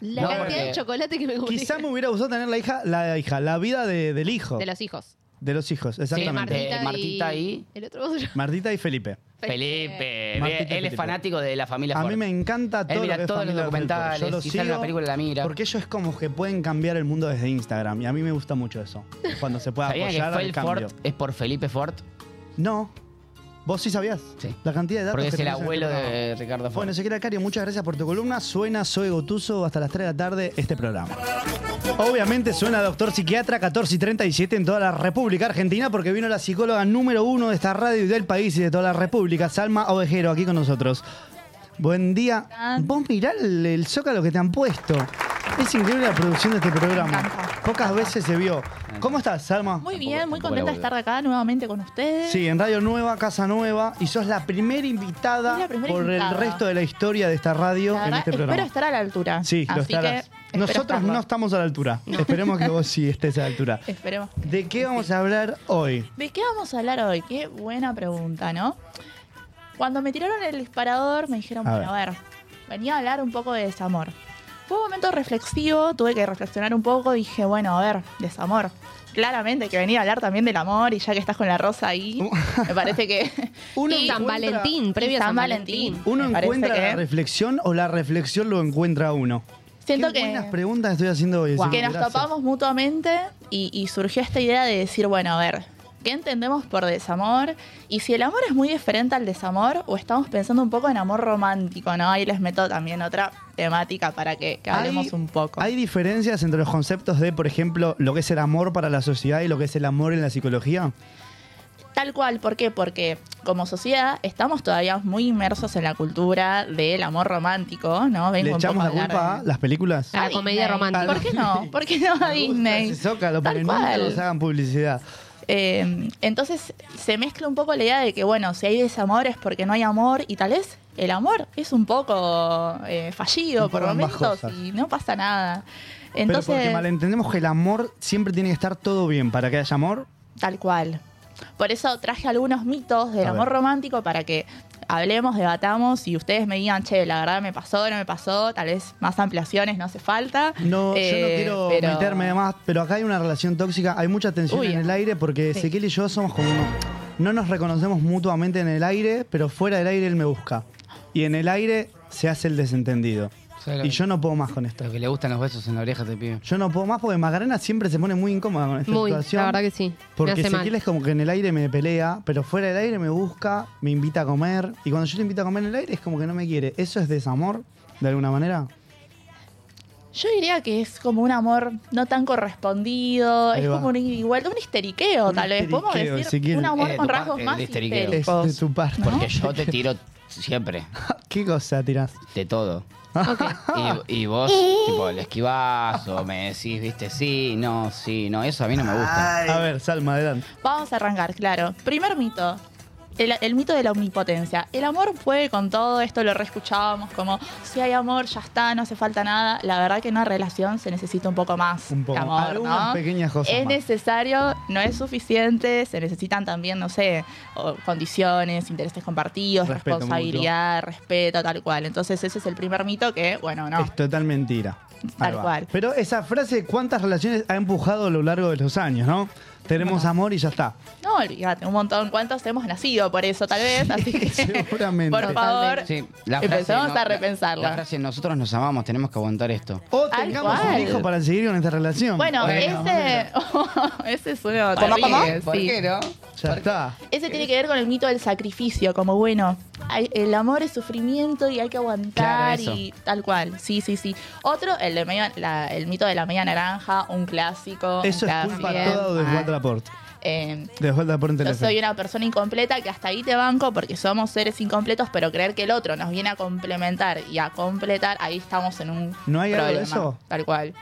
[SPEAKER 3] La
[SPEAKER 2] No,
[SPEAKER 3] cantidad
[SPEAKER 2] porque-
[SPEAKER 3] de chocolate que me comí.
[SPEAKER 1] Quizá me hubiera gustado tener la hija, la hija, la vida de- del hijo.
[SPEAKER 3] De los hijos.
[SPEAKER 1] De los hijos,
[SPEAKER 3] De
[SPEAKER 1] exactamente.
[SPEAKER 2] Eh, Martita y-
[SPEAKER 3] El otro otro.
[SPEAKER 1] Martita y Felipe.
[SPEAKER 2] Felipe, bien,
[SPEAKER 1] Martita
[SPEAKER 2] él
[SPEAKER 1] Felipe.
[SPEAKER 2] es fanático de la familia
[SPEAKER 1] A
[SPEAKER 2] Ford.
[SPEAKER 1] mí me encanta todo
[SPEAKER 2] mira
[SPEAKER 1] lo que es
[SPEAKER 2] todos los
[SPEAKER 1] familia Felipe.
[SPEAKER 2] documentales,
[SPEAKER 1] Yo lo
[SPEAKER 2] si sale una
[SPEAKER 1] sigo
[SPEAKER 2] película la mira.
[SPEAKER 1] Porque ellos como que pueden cambiar el mundo desde Instagram. Y a mí me gusta mucho eso. Cuando se puede
[SPEAKER 2] ¿Sabían que
[SPEAKER 1] apoyar al
[SPEAKER 2] Fel
[SPEAKER 1] cambio.
[SPEAKER 2] Ford es por Felipe Ford?
[SPEAKER 1] No. ¿Vos sí sabías?
[SPEAKER 2] Sí.
[SPEAKER 1] La cantidad de datos
[SPEAKER 2] Porque
[SPEAKER 1] que
[SPEAKER 2] es el
[SPEAKER 1] tenés en este
[SPEAKER 2] abuelo
[SPEAKER 1] programa.
[SPEAKER 2] de Ricardo Ford.
[SPEAKER 1] Bueno, Ezequiel Cario, muchas gracias por tu columna. Suena Soy Gotuso hasta las 3 de la tarde este programa. Obviamente suena Doctor Psiquiatra 14 y 37 en toda la República Argentina porque vino la psicóloga número uno de esta radio y del país y de toda la República, Salma Ovejero, aquí con nosotros. Buen día. Vos mirá el, el zócalo que te han puesto. Es increíble la producción de este programa.
[SPEAKER 4] encanta.
[SPEAKER 1] Pocas veces se vio. ¿Cómo estás, Salma?
[SPEAKER 4] Muy bien,
[SPEAKER 2] tampoco
[SPEAKER 4] muy
[SPEAKER 2] la
[SPEAKER 4] contenta de
[SPEAKER 2] vuelvo.
[SPEAKER 4] estar acá nuevamente con ustedes.
[SPEAKER 1] Sí, en Radio Nueva, Casa Nueva, y sos la primera invitada
[SPEAKER 4] Soy la primera
[SPEAKER 1] por el
[SPEAKER 4] invitada.
[SPEAKER 1] resto de la historia de esta radio
[SPEAKER 4] La verdad,
[SPEAKER 1] en este
[SPEAKER 4] espero
[SPEAKER 1] programa.
[SPEAKER 4] estar a la altura.
[SPEAKER 1] Sí, lo
[SPEAKER 4] Así que
[SPEAKER 1] estarás.
[SPEAKER 4] espero
[SPEAKER 1] Nosotros
[SPEAKER 4] estarlo.
[SPEAKER 1] no estamos a la altura. Esperemos que vos sí estés a la altura.
[SPEAKER 4] Esperemos.
[SPEAKER 1] ¿De qué vamos a hablar hoy?
[SPEAKER 4] ¿De qué vamos a hablar hoy? Qué buena pregunta, ¿no? Cuando me tiraron el disparador, me dijeron,
[SPEAKER 1] A
[SPEAKER 4] bueno, a ver, venía a hablar un poco de desamor. Fue un momento reflexivo, tuve que reflexionar un poco, dije, bueno, a ver, desamor. Claramente que venía a hablar también del amor y ya que estás con la rosa ahí,
[SPEAKER 1] Uh.
[SPEAKER 4] me parece que...
[SPEAKER 1] Uno
[SPEAKER 3] Y San
[SPEAKER 1] encuentra-
[SPEAKER 3] Valentín, previo a
[SPEAKER 4] San
[SPEAKER 3] San
[SPEAKER 4] Valentín.
[SPEAKER 3] Valentín.
[SPEAKER 1] ¿Uno
[SPEAKER 4] me parece
[SPEAKER 1] encuentra la
[SPEAKER 4] que-
[SPEAKER 1] reflexión o la reflexión lo encuentra uno?
[SPEAKER 4] Siento
[SPEAKER 1] qué
[SPEAKER 4] que...
[SPEAKER 1] buenas preguntas estoy haciendo hoy.
[SPEAKER 4] que
[SPEAKER 1] Ezequiel,
[SPEAKER 4] nos
[SPEAKER 1] gracias.
[SPEAKER 4] topamos mutuamente y, y surgió esta idea de decir, bueno, a ver, ¿qué entendemos por desamor? Y si el amor es muy diferente al desamor, o estamos pensando un poco en amor romántico, ¿no? Ahí les meto también otra temática para que, que hablemos
[SPEAKER 1] Hay-
[SPEAKER 4] un poco.
[SPEAKER 1] ¿Hay diferencias entre los conceptos de, por ejemplo, lo que es el amor para la sociedad y lo que es el amor en la psicología?
[SPEAKER 4] Tal cual, ¿por qué? Porque como sociedad estamos todavía muy inmersos en la cultura del amor romántico, ¿no? Vengo
[SPEAKER 1] ¿Le
[SPEAKER 4] un
[SPEAKER 1] echamos
[SPEAKER 4] poco
[SPEAKER 1] la
[SPEAKER 4] a hablar
[SPEAKER 1] culpa a
[SPEAKER 4] de-
[SPEAKER 1] las películas?
[SPEAKER 3] A la comedia
[SPEAKER 4] Disney.
[SPEAKER 3] romántica.
[SPEAKER 4] ¿Por qué no? ¿Por qué no a Disney?
[SPEAKER 1] Se zócalo,
[SPEAKER 4] Tal
[SPEAKER 1] porque nunca
[SPEAKER 4] cual.
[SPEAKER 1] nos hagan publicidad.
[SPEAKER 4] Eh, entonces se mezcla un poco la idea de que, bueno, si hay desamor es porque no hay amor y tal vez el amor es un poco eh, fallido
[SPEAKER 1] Un
[SPEAKER 4] por
[SPEAKER 1] poco
[SPEAKER 4] momentos
[SPEAKER 1] ambajosa.
[SPEAKER 4] y no pasa nada.
[SPEAKER 1] Pero porque
[SPEAKER 4] Entonces,
[SPEAKER 1] malentendemos que el amor siempre tiene que estar todo bien para que haya amor.
[SPEAKER 4] tal cual. Por eso traje algunos mitos del
[SPEAKER 1] A
[SPEAKER 4] amor
[SPEAKER 1] ver.
[SPEAKER 4] romántico para que hablemos, debatamos y ustedes me digan, che, la verdad me pasó, no me pasó, tal vez más ampliaciones no hace falta.
[SPEAKER 1] No, yo no
[SPEAKER 4] Eh,
[SPEAKER 1] quiero
[SPEAKER 4] pero-
[SPEAKER 1] meterme más, pero acá hay una relación tóxica, hay mucha tensión
[SPEAKER 4] Uy.
[SPEAKER 1] en el aire porque
[SPEAKER 4] Sí.
[SPEAKER 1] Ezequiel y yo somos como uno. No nos reconocemos mutuamente en el aire, pero fuera del aire él me busca. Y en el aire se hace el desentendido.
[SPEAKER 2] Claro.
[SPEAKER 1] Y yo no puedo más con esto.
[SPEAKER 2] Lo que le gustan los besos en la oreja te pibe.
[SPEAKER 1] Yo no puedo más porque Magarena siempre se pone muy incómoda con esta
[SPEAKER 3] Muy,
[SPEAKER 1] situación.
[SPEAKER 3] la verdad que sí.
[SPEAKER 1] Porque
[SPEAKER 3] me hace
[SPEAKER 1] Ezequiel
[SPEAKER 3] mal.
[SPEAKER 1] es como que en el aire me pelea, pero fuera del aire me busca, me invita a comer. Y cuando yo le invito a comer en el aire es como que no me quiere. ¿Eso es desamor, de alguna manera?
[SPEAKER 4] Yo diría que es como un amor no tan correspondido,
[SPEAKER 1] Ahí
[SPEAKER 4] es
[SPEAKER 1] va.
[SPEAKER 4] como un ida y vuelta, un histeriqueo
[SPEAKER 1] Un
[SPEAKER 4] tal vez. Podemos
[SPEAKER 1] histeriqueo,
[SPEAKER 4] decir
[SPEAKER 1] si quieren.
[SPEAKER 4] un amor
[SPEAKER 2] Eh,
[SPEAKER 4] con
[SPEAKER 2] tu
[SPEAKER 4] rasgos
[SPEAKER 2] parte,
[SPEAKER 4] más
[SPEAKER 2] el histeriqueo.
[SPEAKER 1] Es
[SPEAKER 4] histéricos.
[SPEAKER 1] de tu parte.
[SPEAKER 4] ¿No?
[SPEAKER 2] Porque yo te tiro siempre,
[SPEAKER 1] ¿Qué cosa tirás?
[SPEAKER 2] de todo. Y, y vos, tipo, le esquivás o me decís, viste, sí, no,
[SPEAKER 1] Ah.
[SPEAKER 2] sí, no, eso a mí no me gusta.
[SPEAKER 1] A ver, Salma, adelante.
[SPEAKER 4] Vamos a arrancar, claro. Primer mito. el, el mito de la omnipotencia. El amor puede con todo, esto lo reescuchábamos como si hay amor, ya está, no hace falta nada. La verdad que en una relación se necesita un poco más
[SPEAKER 1] Un poco.
[SPEAKER 4] de amor,
[SPEAKER 1] Algunas
[SPEAKER 4] ¿no?
[SPEAKER 1] pequeñas cosas
[SPEAKER 4] Es
[SPEAKER 1] más.
[SPEAKER 4] necesario, no es suficiente, se necesitan también, no sé, o- condiciones, intereses compartidos,
[SPEAKER 1] Respeto
[SPEAKER 4] responsabilidad, respeto, tal cual. Entonces ese es el primer mito que, bueno, no.
[SPEAKER 1] Es total mentira. Ahí
[SPEAKER 4] Tal
[SPEAKER 1] va.
[SPEAKER 4] cual.
[SPEAKER 1] Pero esa frase, ¿cuántas relaciones ha empujado a lo largo de los años, no? Tenemos amor y ya está.
[SPEAKER 4] No, olvídate, un montón. ¿Cuántos hemos nacido por eso, tal vez? Así que,
[SPEAKER 1] seguramente.
[SPEAKER 4] por favor,
[SPEAKER 2] Sí,
[SPEAKER 4] empecemos
[SPEAKER 2] no-
[SPEAKER 4] a
[SPEAKER 2] La,
[SPEAKER 4] repensarla.
[SPEAKER 2] frase, nosotros nos amamos, tenemos que aguantar esto.
[SPEAKER 1] O
[SPEAKER 4] Tal
[SPEAKER 1] tengamos un
[SPEAKER 4] cual.
[SPEAKER 1] hijo para seguir con esta relación.
[SPEAKER 4] bueno,
[SPEAKER 2] Bueno.
[SPEAKER 4] ese, ese es uno
[SPEAKER 2] ¿Cómo,
[SPEAKER 4] terrible,
[SPEAKER 2] cómo? ¿Por
[SPEAKER 4] sí.
[SPEAKER 2] qué no?
[SPEAKER 1] ya está.
[SPEAKER 4] Ese tiene que ver con el mito del sacrificio, como bueno, hay- el amor es sufrimiento y hay que aguantar
[SPEAKER 2] Claro, eso.
[SPEAKER 4] y tal cual. Sí, sí, sí. Otro, el de media- la- el mito de la media naranja, un clásico. un
[SPEAKER 1] Eso es
[SPEAKER 4] clásico.
[SPEAKER 1] culpa toda de Juan Laporte.
[SPEAKER 4] Eh,
[SPEAKER 1] De Juan Laporte en
[SPEAKER 4] yo
[SPEAKER 1] Telefe.
[SPEAKER 4] soy una persona incompleta que hasta ahí te banco porque somos seres incompletos, pero creer que el otro nos viene a complementar y a completar, ahí estamos en un
[SPEAKER 1] ¿No hay algo
[SPEAKER 4] problema,
[SPEAKER 1] de eso?
[SPEAKER 4] tal cual.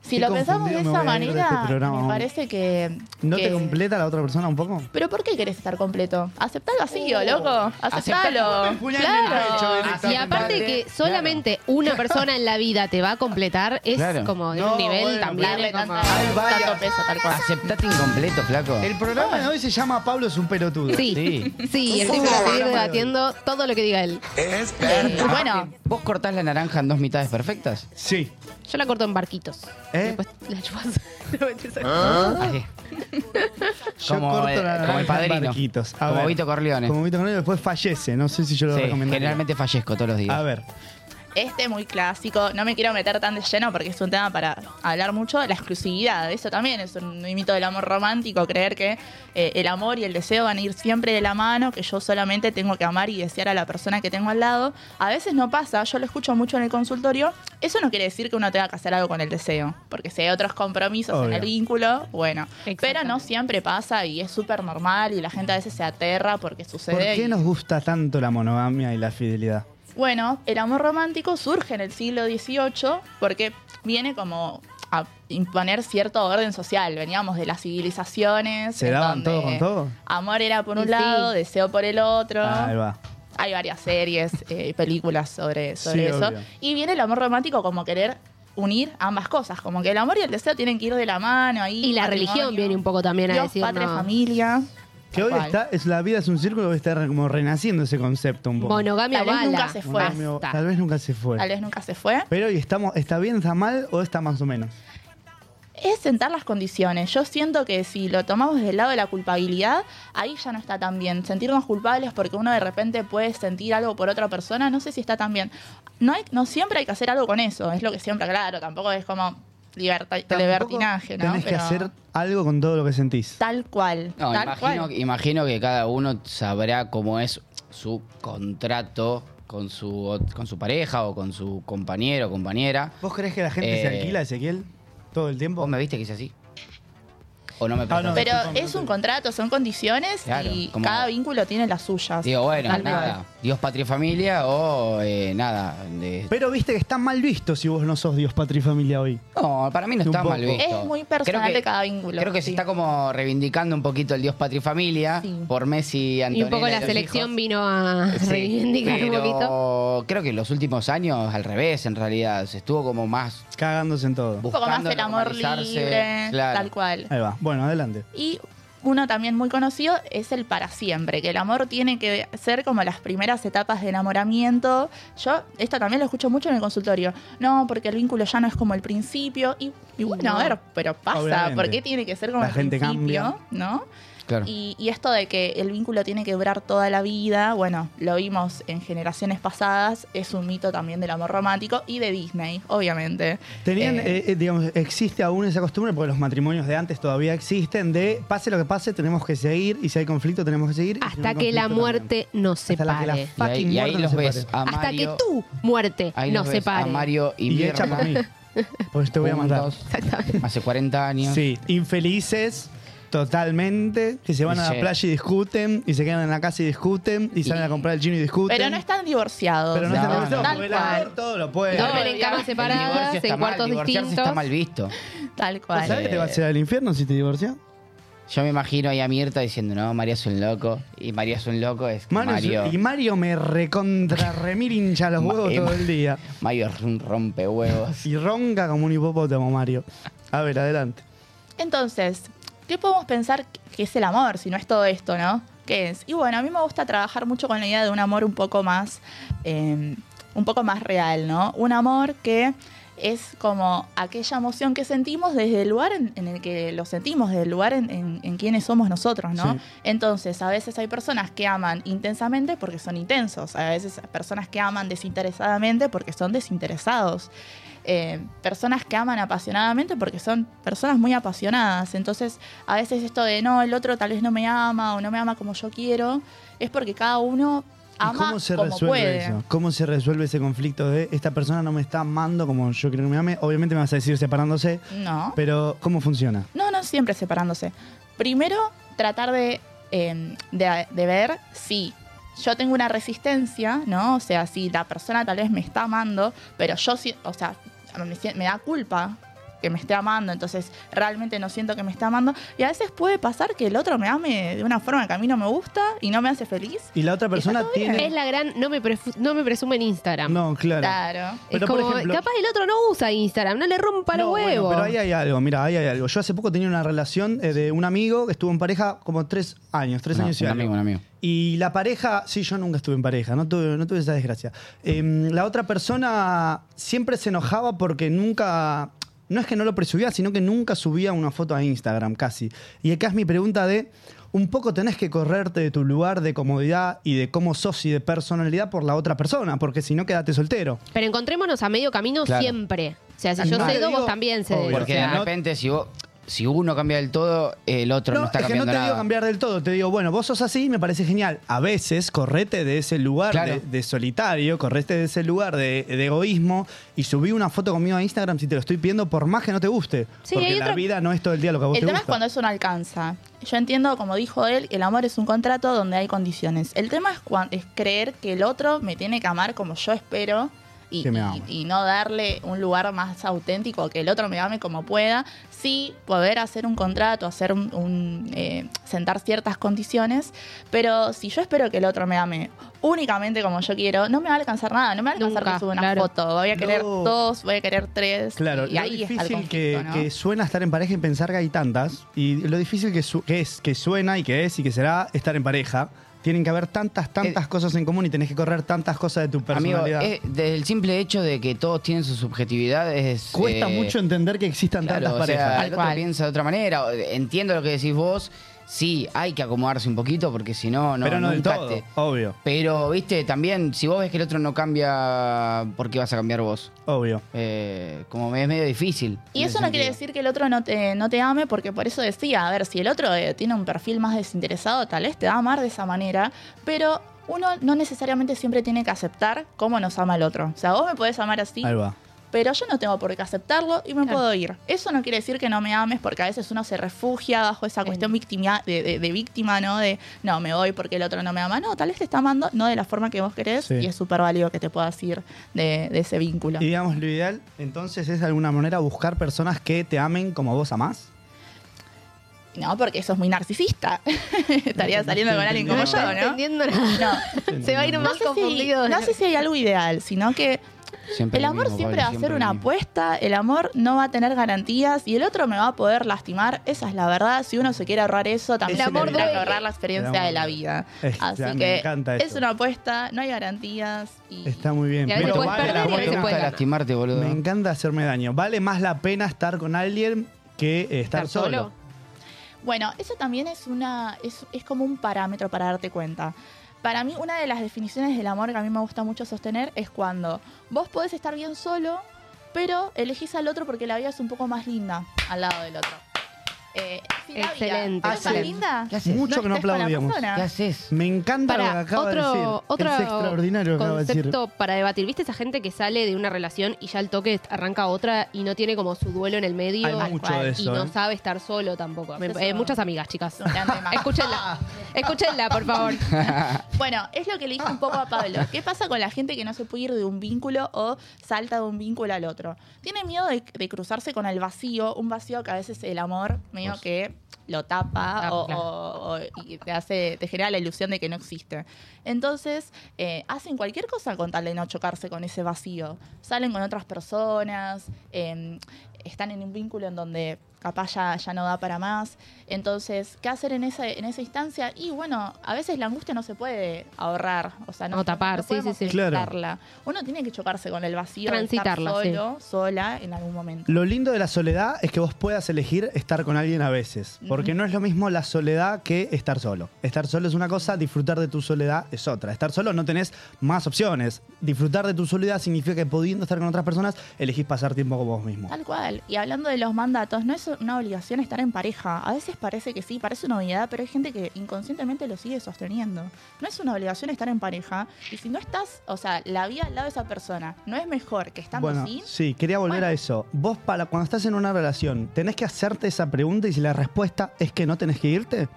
[SPEAKER 4] Si
[SPEAKER 1] Qué
[SPEAKER 4] lo pensamos de
[SPEAKER 1] confundido me
[SPEAKER 4] esa
[SPEAKER 1] voy a ir de este
[SPEAKER 4] manera,
[SPEAKER 1] programa,
[SPEAKER 4] me
[SPEAKER 1] hombre.
[SPEAKER 4] parece que...
[SPEAKER 1] ¿No
[SPEAKER 4] que-
[SPEAKER 1] te completa la otra persona un poco?
[SPEAKER 4] ¿Pero por qué querés estar completo? Aceptá el
[SPEAKER 1] Oh.
[SPEAKER 4] vacío, loco.
[SPEAKER 2] aceptá-
[SPEAKER 4] Aceptalo.
[SPEAKER 2] puñal en el pecho,
[SPEAKER 4] Claro.
[SPEAKER 2] directo.
[SPEAKER 3] Y aparte que solamente una persona en la vida te va a completar es
[SPEAKER 2] Claro.
[SPEAKER 3] como de
[SPEAKER 1] No,
[SPEAKER 3] un nivel
[SPEAKER 1] bueno,
[SPEAKER 3] también.
[SPEAKER 4] Darle
[SPEAKER 3] es como-
[SPEAKER 4] tanta-
[SPEAKER 1] Ay, vaya.
[SPEAKER 4] tanto peso, tal cual.
[SPEAKER 2] Aceptate incompleto, flaco.
[SPEAKER 1] El programa de hoy se llama Pablo es un pelotudo.
[SPEAKER 3] Sí, sí,
[SPEAKER 2] Sí.
[SPEAKER 3] el tipo va a seguir debatiendo todo lo que diga él.
[SPEAKER 4] Eh, bueno,
[SPEAKER 2] Aparte, ¿Vos cortás la naranja en dos mitades perfectas?
[SPEAKER 1] Sí.
[SPEAKER 3] Yo la corto en barquitos.
[SPEAKER 1] ¿Eh?
[SPEAKER 3] Después la chupas.
[SPEAKER 2] Así.
[SPEAKER 1] Ah. Yo
[SPEAKER 2] Como,
[SPEAKER 1] corto
[SPEAKER 2] eh,
[SPEAKER 1] la
[SPEAKER 2] como
[SPEAKER 1] naranja
[SPEAKER 2] el
[SPEAKER 1] en
[SPEAKER 2] padrino.
[SPEAKER 1] barquitos. A
[SPEAKER 2] Como
[SPEAKER 1] ver.
[SPEAKER 2] Vito Corleone.
[SPEAKER 1] Como Vito Corleone después fallece. No sé si yo lo
[SPEAKER 2] Sí,
[SPEAKER 1] recomiendo.
[SPEAKER 2] generalmente fallezco todos los días.
[SPEAKER 1] A ver.
[SPEAKER 4] este muy clásico, no me quiero meter tan de lleno porque es un tema para hablar mucho, la exclusividad, eso también es un mito del amor romántico, creer que eh, el amor y el deseo van a ir siempre de la mano, que yo solamente tengo que amar y desear a la persona que tengo al lado. A veces no pasa, yo lo escucho mucho en el consultorio, eso no quiere decir que uno tenga que hacer algo con el deseo, porque si hay otros compromisos en
[SPEAKER 1] Obvio.
[SPEAKER 4] el vínculo, bueno, pero no
[SPEAKER 3] Exactamente.
[SPEAKER 4] siempre pasa y es súper normal y la gente a veces se aterra porque sucede.
[SPEAKER 1] ¿Por qué
[SPEAKER 4] y-
[SPEAKER 1] nos gusta tanto la monogamia y la fidelidad?
[SPEAKER 4] bueno, el amor romántico surge en el siglo XVIII porque viene como a imponer cierto orden social. Veníamos de las civilizaciones.
[SPEAKER 1] ¿Se
[SPEAKER 4] en
[SPEAKER 1] daban
[SPEAKER 4] donde
[SPEAKER 1] todo con todo?
[SPEAKER 4] Amor era por
[SPEAKER 3] Y
[SPEAKER 4] un
[SPEAKER 3] sí.
[SPEAKER 4] lado, deseo por el otro.
[SPEAKER 2] Ah.
[SPEAKER 1] Ahí va.
[SPEAKER 4] Hay varias series, eh, películas sobre, sobre
[SPEAKER 1] Sí,
[SPEAKER 4] eso.
[SPEAKER 1] obvio.
[SPEAKER 4] Y viene el amor romántico como querer unir ambas cosas. Como que el amor y el deseo tienen que ir de la mano. Ahí,
[SPEAKER 3] Y la
[SPEAKER 4] matrimonio,
[SPEAKER 3] religión viene un poco también a
[SPEAKER 4] Ah, Dios,
[SPEAKER 3] decir.
[SPEAKER 4] patria,
[SPEAKER 3] no.
[SPEAKER 4] familia.
[SPEAKER 1] Que
[SPEAKER 4] Tal
[SPEAKER 1] hoy
[SPEAKER 4] cual.
[SPEAKER 1] está, es, la vida es un círculo, hoy está re- como renaciendo ese concepto un poco.
[SPEAKER 3] Monogamia
[SPEAKER 4] Tal vez
[SPEAKER 3] bala.
[SPEAKER 4] nunca se fue.
[SPEAKER 1] Monogamia,
[SPEAKER 3] Basta.
[SPEAKER 1] tal vez nunca se fue.
[SPEAKER 4] Tal vez nunca se fue.
[SPEAKER 1] Pero ¿y estamos, está bien, está mal o está más o menos?
[SPEAKER 4] es sentar las condiciones. Yo siento que si lo tomamos del lado de la culpabilidad, ahí ya no está tan bien. Sentirnos culpables porque uno de repente puede sentir algo por otra persona, no sé si está tan bien. No, hay, no siempre hay que hacer algo con eso, es lo que siempre claro. Tampoco es como liberta- libertinaje, ¿no?
[SPEAKER 1] Tenés que
[SPEAKER 4] Pero
[SPEAKER 1] hacer algo con todo lo que sentís.
[SPEAKER 4] Tal cual.
[SPEAKER 2] No,
[SPEAKER 4] tal
[SPEAKER 2] imagino,
[SPEAKER 4] cual.
[SPEAKER 2] imagino que cada uno sabrá cómo es su contrato con su, con su pareja o con su compañero o compañera.
[SPEAKER 1] ¿Vos crees que la gente se
[SPEAKER 2] Eh.
[SPEAKER 1] alquila, Ezequiel? ¿Todo el tiempo?
[SPEAKER 2] ¿Vos me viste que hice así? ¿O no me
[SPEAKER 1] Ah, no.
[SPEAKER 2] prestaste?
[SPEAKER 4] Pero
[SPEAKER 1] Disculpame,
[SPEAKER 4] es
[SPEAKER 1] no
[SPEAKER 4] un
[SPEAKER 1] te-
[SPEAKER 4] contrato, son condiciones
[SPEAKER 2] Claro,
[SPEAKER 4] y
[SPEAKER 2] como-
[SPEAKER 4] cada vínculo tiene las suyas.
[SPEAKER 2] Digo, bueno,
[SPEAKER 4] Tal
[SPEAKER 2] nada.
[SPEAKER 4] cual.
[SPEAKER 2] Dios, patria y familia o eh, nada. de-
[SPEAKER 1] Pero viste que está mal visto si vos no sos Dios, patria y familia hoy.
[SPEAKER 2] No, para mí no
[SPEAKER 1] Un
[SPEAKER 2] está
[SPEAKER 1] poco.
[SPEAKER 2] mal visto.
[SPEAKER 4] Es muy personal
[SPEAKER 2] Creo que-
[SPEAKER 4] de cada vínculo,
[SPEAKER 2] Creo que se
[SPEAKER 4] sí.
[SPEAKER 2] está como reivindicando un poquito el Dios, patria y familia
[SPEAKER 4] Sí.
[SPEAKER 2] por Messi,
[SPEAKER 3] Y
[SPEAKER 2] Antonella
[SPEAKER 3] un poco la
[SPEAKER 2] los
[SPEAKER 3] selección
[SPEAKER 2] hijos.
[SPEAKER 3] vino a
[SPEAKER 2] Sí,
[SPEAKER 3] reivindicar un
[SPEAKER 2] pero
[SPEAKER 3] poquito.
[SPEAKER 2] Creo que en los últimos años, al revés, en realidad, se estuvo como más
[SPEAKER 1] Cagándose en todo.
[SPEAKER 4] Un poco más
[SPEAKER 2] buscando
[SPEAKER 4] el amor
[SPEAKER 2] normalizarse.
[SPEAKER 4] libre,
[SPEAKER 2] Claro.
[SPEAKER 4] tal cual.
[SPEAKER 1] Ahí va. Bueno, adelante.
[SPEAKER 4] Y uno también muy conocido es el para siempre, que el amor tiene que ser como las primeras etapas de enamoramiento. Yo esto también lo escucho mucho en el consultorio. No, porque el vínculo ya no es como el principio. Y, y bueno,
[SPEAKER 3] No.
[SPEAKER 4] a ver, pero pasa.
[SPEAKER 1] Obviamente.
[SPEAKER 4] ¿Por qué tiene que ser como
[SPEAKER 1] La
[SPEAKER 4] el
[SPEAKER 1] gente
[SPEAKER 4] principio?
[SPEAKER 1] cambia.
[SPEAKER 4] ¿No?
[SPEAKER 2] Claro.
[SPEAKER 4] Y, y esto de que el vínculo tiene que durar toda la vida, bueno, lo vimos en generaciones pasadas, es un mito también del amor romántico y de Disney, obviamente.
[SPEAKER 1] Tenían,
[SPEAKER 4] Eh,
[SPEAKER 1] eh, eh, digamos, existe aún esa costumbre, porque los matrimonios de antes todavía existen, de pase lo que pase, tenemos que seguir, y si hay conflicto, tenemos que seguir. y si no hay
[SPEAKER 3] Hasta que la
[SPEAKER 1] conflicto,
[SPEAKER 3] muerte nos
[SPEAKER 1] Hasta la que la-
[SPEAKER 3] separe.
[SPEAKER 2] y ahí,
[SPEAKER 1] fucking
[SPEAKER 2] y ahí
[SPEAKER 1] muerto
[SPEAKER 2] los
[SPEAKER 1] no se
[SPEAKER 2] ves
[SPEAKER 1] pare.
[SPEAKER 2] a Mario.
[SPEAKER 3] Hasta que tu muerte
[SPEAKER 2] ahí los
[SPEAKER 3] nos
[SPEAKER 2] ves
[SPEAKER 3] separe.
[SPEAKER 2] A Mario y,
[SPEAKER 1] también. Y hecha
[SPEAKER 2] Mirna,
[SPEAKER 1] para mí. Pues te voy a matar.
[SPEAKER 2] juntos, Hace 40 años.
[SPEAKER 1] Sí, infelices. Totalmente, que se van a
[SPEAKER 2] Sí.
[SPEAKER 1] la playa y discuten, y se quedan en la casa y discuten, y salen a comprar el chino y discuten.
[SPEAKER 4] Pero no están divorciados.
[SPEAKER 1] Pero no,
[SPEAKER 2] No,
[SPEAKER 1] están
[SPEAKER 2] no,
[SPEAKER 1] divorciados,
[SPEAKER 4] no.
[SPEAKER 1] porque el
[SPEAKER 4] Tal cual.
[SPEAKER 1] amor todo lo puede.
[SPEAKER 3] Duermen en camas
[SPEAKER 4] El
[SPEAKER 2] El
[SPEAKER 3] separadas,
[SPEAKER 2] divorcio está
[SPEAKER 3] en
[SPEAKER 2] mal,
[SPEAKER 3] cuartos
[SPEAKER 2] divorciarse
[SPEAKER 3] distintos.
[SPEAKER 2] está mal visto.
[SPEAKER 4] Tal
[SPEAKER 1] ¿Sabes
[SPEAKER 4] cual.
[SPEAKER 1] que te va a hacer al infierno si te divorcias?
[SPEAKER 2] Yo me imagino ahí a Mirta diciendo, no, María es un loco. Y María es un loco es que
[SPEAKER 1] Mano, es-
[SPEAKER 2] Mario.
[SPEAKER 1] Y Mario me recontra remir hincha los
[SPEAKER 2] Ma-
[SPEAKER 1] huevos
[SPEAKER 2] eh,
[SPEAKER 1] todo
[SPEAKER 2] ma-
[SPEAKER 1] el día.
[SPEAKER 2] Mario es un rompehuevos.
[SPEAKER 1] Y ronca como un hipopótamo, Mario. A ver, adelante.
[SPEAKER 4] Entonces, ¿qué podemos pensar que es el amor si no es todo esto, no? ¿Qué es? Y bueno, a mí me gusta trabajar mucho con la idea de un amor un poco más, eh, un poco más real, ¿no? Un amor que es como aquella emoción que sentimos desde el lugar en, en el que lo sentimos, desde el lugar en, en- en quienes somos nosotros, ¿no?
[SPEAKER 1] Sí.
[SPEAKER 4] Entonces, a veces hay personas que aman intensamente porque son intensos, a veces hay personas que aman desinteresadamente porque son desinteresados eh, personas que aman apasionadamente porque son personas muy apasionadas. Entonces, a veces esto de no, el otro tal vez no me ama o no me ama como yo quiero, es porque cada uno
[SPEAKER 1] ¿Y
[SPEAKER 4] ama
[SPEAKER 1] cómo se
[SPEAKER 4] como
[SPEAKER 1] resuelve
[SPEAKER 4] puede.
[SPEAKER 1] eso? ¿Cómo se resuelve ese conflicto de esta persona no me está amando como yo quiero que me ame? Obviamente me vas a decir separándose,
[SPEAKER 4] No.
[SPEAKER 1] pero ¿cómo funciona?
[SPEAKER 4] No, no, siempre separándose. Primero, tratar de, eh, de, de ver si yo tengo una resistencia, ¿no? O sea, si la persona tal vez me está amando, pero yo, sí- o sea, me, sie- me da culpa que me esté amando, entonces realmente no siento que me está amando. Y a veces puede pasar que el otro me ame de una forma que a mí no me gusta y no me hace feliz.
[SPEAKER 1] Y la otra persona
[SPEAKER 4] todo bien.
[SPEAKER 3] Es
[SPEAKER 1] tiene...
[SPEAKER 3] la gran. No me, prefu- no me presume en Instagram.
[SPEAKER 1] No, claro.
[SPEAKER 4] Claro.
[SPEAKER 3] Es
[SPEAKER 1] Pero, por
[SPEAKER 3] como,
[SPEAKER 1] ejemplo-
[SPEAKER 3] capaz el otro no usa Instagram, no le rompa
[SPEAKER 1] No,
[SPEAKER 3] el
[SPEAKER 1] bueno,
[SPEAKER 3] huevo.
[SPEAKER 1] pero ahí hay algo, mira, ahí hay algo. Yo hace poco tenía una relación eh, de un amigo que estuvo en pareja como tres años, tres
[SPEAKER 2] No,
[SPEAKER 1] años y
[SPEAKER 2] un
[SPEAKER 1] algo.
[SPEAKER 2] amigo, un amigo.
[SPEAKER 1] Y la pareja, sí, yo nunca estuve en pareja, no tuve, no tuve esa desgracia. Em, la otra persona siempre se enojaba porque nunca, no es que no lo presubía, sino que nunca subía una foto a Instagram, casi. Y acá es mi pregunta de, un poco tenés que correrte de tu lugar de comodidad y de cómo sos y de personalidad por la otra persona, porque si no, quedate soltero.
[SPEAKER 3] Pero encontrémonos a medio camino
[SPEAKER 2] Claro.
[SPEAKER 3] siempre. O sea, si
[SPEAKER 1] No
[SPEAKER 3] yo
[SPEAKER 1] te
[SPEAKER 3] cedo,
[SPEAKER 1] digo-
[SPEAKER 3] vos también cedes.
[SPEAKER 1] Obvio.
[SPEAKER 2] Porque
[SPEAKER 3] O sea,
[SPEAKER 2] de repente, si vos, si uno cambia del todo, el otro no, está
[SPEAKER 1] es que no
[SPEAKER 2] cambiando
[SPEAKER 1] te digo
[SPEAKER 2] nada.
[SPEAKER 1] cambiar del todo, te digo, bueno, vos sos así, me parece genial. A veces correte de ese lugar
[SPEAKER 2] Claro.
[SPEAKER 1] de, de solitario, correte de ese lugar de, de egoísmo y subí una foto conmigo a Instagram si te lo estoy pidiendo por más que no te guste.
[SPEAKER 3] Sí,
[SPEAKER 1] porque
[SPEAKER 3] hay
[SPEAKER 1] la
[SPEAKER 3] otro-
[SPEAKER 1] vida no es todo el día lo que a vos
[SPEAKER 4] El
[SPEAKER 1] te
[SPEAKER 4] tema
[SPEAKER 1] gusta.
[SPEAKER 4] es cuando eso no alcanza. Yo entiendo, como dijo él, el amor es un contrato donde hay condiciones. El tema es, cuan- es creer que el otro me tiene que amar como yo espero y,
[SPEAKER 1] Que me
[SPEAKER 4] y-
[SPEAKER 1] ame.
[SPEAKER 4] y no darle un lugar más auténtico, que el otro me ame como pueda. Sí, poder hacer un contrato, hacer un, un, eh, sentar ciertas condiciones, pero si yo espero que el otro me ame únicamente como yo quiero, no me va a alcanzar nada, no me va a alcanzar
[SPEAKER 3] Nunca,
[SPEAKER 4] que suba una
[SPEAKER 3] claro.
[SPEAKER 4] foto. Voy a querer
[SPEAKER 1] No.
[SPEAKER 4] dos, voy a querer tres.
[SPEAKER 1] Claro,
[SPEAKER 4] y
[SPEAKER 1] lo
[SPEAKER 4] ahí
[SPEAKER 1] difícil
[SPEAKER 4] está el
[SPEAKER 1] que,
[SPEAKER 4] conflicto, ¿no?
[SPEAKER 1] que suena estar en pareja y pensar que hay tantas, y lo difícil que, su- que es, que suena y que es y que será estar en pareja, tienen que haber tantas, tantas cosas en común y tenés que correr tantas cosas de tu
[SPEAKER 2] Eh, Amigo,
[SPEAKER 1] personalidad.
[SPEAKER 2] eh, del simple hecho de que todos tienen su subjetividad es...
[SPEAKER 1] Cuesta
[SPEAKER 2] eh,
[SPEAKER 1] mucho entender que existan
[SPEAKER 2] Claro,
[SPEAKER 1] tantas
[SPEAKER 2] o sea,
[SPEAKER 1] parejas.
[SPEAKER 2] el otro
[SPEAKER 4] cual.
[SPEAKER 2] piensa de otra manera. o- Entiendo lo que decís vos. Sí, hay que acomodarse un poquito porque si no, no.
[SPEAKER 1] pero no del
[SPEAKER 2] nunca
[SPEAKER 1] todo,
[SPEAKER 2] te-
[SPEAKER 1] obvio,
[SPEAKER 2] Pero, viste, también, si vos ves que el otro no cambia, ¿por qué vas a cambiar vos?
[SPEAKER 1] obvio.
[SPEAKER 2] Eh, como me- es medio difícil.
[SPEAKER 4] Y
[SPEAKER 2] en
[SPEAKER 4] eso
[SPEAKER 2] ese
[SPEAKER 4] no quiere
[SPEAKER 2] sentido.
[SPEAKER 4] decir que el otro no te, no te ame, porque por eso decía, a ver, si el otro eh, tiene un perfil más desinteresado, tal vez te va a amar de esa manera, pero uno no necesariamente siempre tiene que aceptar cómo nos ama el otro. O sea, vos me podés amar así,
[SPEAKER 1] Ahí va.
[SPEAKER 4] pero yo no tengo por qué aceptarlo y me
[SPEAKER 3] Claro.
[SPEAKER 4] puedo ir. Eso no quiere decir que no me ames, porque a veces uno se refugia bajo esa cuestión victimia- de, de- de víctima, ¿no? De no, me voy porque el otro no me ama. No, tal vez te está amando, no de la forma que vos querés,
[SPEAKER 1] Sí.
[SPEAKER 4] y es súper válido que te puedas ir de, de ese vínculo.
[SPEAKER 1] Y digamos, lo ideal entonces es de alguna manera buscar personas que te amen como vos amás.
[SPEAKER 4] No, porque eso es muy narcisista. Estaría saliendo con alguien como
[SPEAKER 1] No,
[SPEAKER 4] yo,
[SPEAKER 3] está
[SPEAKER 4] ¿no?
[SPEAKER 3] entendiendo nada.
[SPEAKER 4] No,
[SPEAKER 3] Se va a ir
[SPEAKER 4] no,
[SPEAKER 3] más
[SPEAKER 4] sé si,
[SPEAKER 3] confundido.
[SPEAKER 4] no sé si hay algo ideal, sino que
[SPEAKER 2] Siempre
[SPEAKER 4] el
[SPEAKER 2] lo
[SPEAKER 4] amor
[SPEAKER 2] mismo,
[SPEAKER 4] siempre
[SPEAKER 2] Pablo,
[SPEAKER 4] va a ser
[SPEAKER 2] lo
[SPEAKER 4] una
[SPEAKER 2] mismo.
[SPEAKER 4] apuesta, el amor no va a tener garantías y el otro me va a poder lastimar. Esa es la verdad. Si uno se quiere ahorrar eso, también
[SPEAKER 1] El
[SPEAKER 4] se
[SPEAKER 1] amor
[SPEAKER 4] tendrá que
[SPEAKER 1] duele.
[SPEAKER 4] ahorrar la experiencia
[SPEAKER 1] El
[SPEAKER 4] de la
[SPEAKER 1] amor-
[SPEAKER 4] vida.
[SPEAKER 1] Es-
[SPEAKER 4] Así
[SPEAKER 1] me
[SPEAKER 4] que
[SPEAKER 1] encanta
[SPEAKER 4] es
[SPEAKER 1] eso.
[SPEAKER 4] una apuesta, no hay garantías. Y
[SPEAKER 1] Está muy bien.
[SPEAKER 3] Y a veces
[SPEAKER 1] Pero
[SPEAKER 3] puedes
[SPEAKER 1] vale
[SPEAKER 3] perder
[SPEAKER 1] la
[SPEAKER 3] y a
[SPEAKER 2] ¿Cómo te
[SPEAKER 3] veces
[SPEAKER 1] pena.
[SPEAKER 2] gusta
[SPEAKER 3] puedes ganar.
[SPEAKER 2] lastimarte, boludo?
[SPEAKER 1] Me encanta hacerme daño. Vale más la pena estar con alguien que eh, estar,
[SPEAKER 3] ¿Estar
[SPEAKER 1] solo.
[SPEAKER 3] solo?
[SPEAKER 4] Bueno, eso también es una es, es como un parámetro para darte cuenta. Para mí, una de las definiciones del amor que a mí me gusta mucho sostener es cuando vos podés estar bien solo, pero elegís al otro porque la vida es un poco más linda al lado del otro. Eh, si la vida
[SPEAKER 3] Excelente,
[SPEAKER 4] es más
[SPEAKER 1] excelente.
[SPEAKER 4] linda,
[SPEAKER 2] ¿Qué haces?
[SPEAKER 1] Mucho que no
[SPEAKER 4] estés con la
[SPEAKER 1] aplaudíamos.
[SPEAKER 4] persona.
[SPEAKER 2] ¿Qué haces?
[SPEAKER 1] Me encanta lo que
[SPEAKER 3] Para,
[SPEAKER 1] acaba de decir.
[SPEAKER 3] otro, otro
[SPEAKER 1] es extraordinario lo que acaba de decir.
[SPEAKER 3] concepto para debatir. ¿Viste esa gente que sale de una relación y ya al toque arranca otra y no tiene como su duelo en el medio?
[SPEAKER 1] Hay mucho
[SPEAKER 4] cual,
[SPEAKER 1] de
[SPEAKER 3] y
[SPEAKER 1] eso.
[SPEAKER 3] no
[SPEAKER 1] ¿eh?
[SPEAKER 3] sabe estar solo tampoco. Me-
[SPEAKER 4] Eso-
[SPEAKER 3] eh, muchas amigas, chicas.
[SPEAKER 4] Un gran tema.
[SPEAKER 3] Escúchenla. Escúchenla, por favor.
[SPEAKER 4] Bueno, es lo que le dije un poco a Pablo. ¿Qué pasa con la gente que no se puede ir de un vínculo o salta de un vínculo al otro? Tiene miedo de, de cruzarse con el vacío, un vacío que a veces el amor medio sueño
[SPEAKER 2] lejos.
[SPEAKER 4] que lo
[SPEAKER 5] Ah,
[SPEAKER 4] tapa o,
[SPEAKER 5] claro.
[SPEAKER 4] o- o- y te hace, te genera la ilusión de que no existe. Entonces, eh, hacen cualquier cosa con tal de no chocarse con ese vacío. Salen con otras personas, eh, están en un vínculo en donde capaz ya, ya no da para más. Entonces, ¿qué hacer en esa, en esa instancia? Y bueno, a veces la angustia no se puede ahorrar, o sea, no,
[SPEAKER 3] No tapar,
[SPEAKER 4] no
[SPEAKER 3] sí, sí,
[SPEAKER 4] podemos
[SPEAKER 3] sí.
[SPEAKER 1] Claro.
[SPEAKER 4] evitarla. Uno tiene que chocarse con el vacío, de estar
[SPEAKER 3] Transitarla, sí.
[SPEAKER 4] solo, sola en algún momento.
[SPEAKER 1] Lo lindo de la soledad es que vos puedas elegir estar con alguien a veces, porque no es lo mismo la soledad que estar solo. Estar solo es una cosa, disfrutar de tu soledad es otra. Estar solo no tenés más opciones. Disfrutar de tu soledad significa que pudiendo estar con otras personas, elegís pasar tiempo con vos mismo.
[SPEAKER 4] Tal cual. Y hablando de los mandatos, no es una obligación estar en pareja. A veces parece que sí, parece una obviedad, pero hay gente que inconscientemente lo sigue sosteniendo. No es una obligación estar en pareja. Y si no estás, o sea, la vida al lado de esa persona, no es mejor que estando
[SPEAKER 1] Bueno,
[SPEAKER 4] sin.
[SPEAKER 1] sí, quería volver
[SPEAKER 4] Bueno.
[SPEAKER 1] a eso. Vos para cuando estás en una relación, tenés que hacerte esa pregunta y si la respuesta es que no tenés que irte.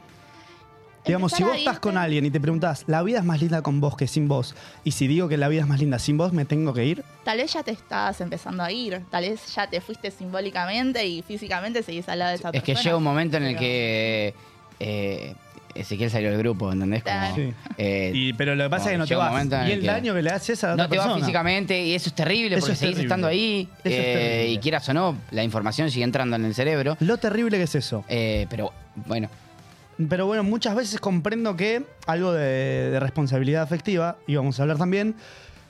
[SPEAKER 1] Digamos, si
[SPEAKER 4] Empezar a
[SPEAKER 1] vos estás
[SPEAKER 4] irte.
[SPEAKER 1] con alguien y te preguntás, la vida es más linda con vos que sin vos, y si digo que la vida es más linda sin vos, me tengo que ir,
[SPEAKER 4] Tal vez ya te estás empezando a ir. Tal vez ya te fuiste simbólicamente y físicamente seguís al lado de esa
[SPEAKER 2] Es
[SPEAKER 4] persona.
[SPEAKER 2] que llega un momento en el
[SPEAKER 4] Pero-
[SPEAKER 2] que eh, Ezequiel salió del grupo, ¿entendés? Como,
[SPEAKER 1] Sí.
[SPEAKER 2] eh,
[SPEAKER 1] Y- pero lo que pasa
[SPEAKER 2] No,
[SPEAKER 1] es que no te
[SPEAKER 2] llega un
[SPEAKER 1] vas.
[SPEAKER 2] momento en el
[SPEAKER 1] Y el
[SPEAKER 2] que
[SPEAKER 1] daño que le haces a la
[SPEAKER 2] no
[SPEAKER 1] otra
[SPEAKER 2] te
[SPEAKER 1] persona.
[SPEAKER 2] va físicamente y eso es terrible
[SPEAKER 1] Eso
[SPEAKER 2] porque
[SPEAKER 1] es
[SPEAKER 2] seguís
[SPEAKER 1] terrible.
[SPEAKER 2] estando ahí
[SPEAKER 1] Eso es
[SPEAKER 2] eh,
[SPEAKER 1] terrible.
[SPEAKER 2] y quieras o no, la información sigue entrando en el cerebro.
[SPEAKER 1] Lo terrible que es eso.
[SPEAKER 2] Eh, pero bueno,
[SPEAKER 1] Pero bueno, muchas veces comprendo que algo de, de responsabilidad afectiva, y vamos a hablar también,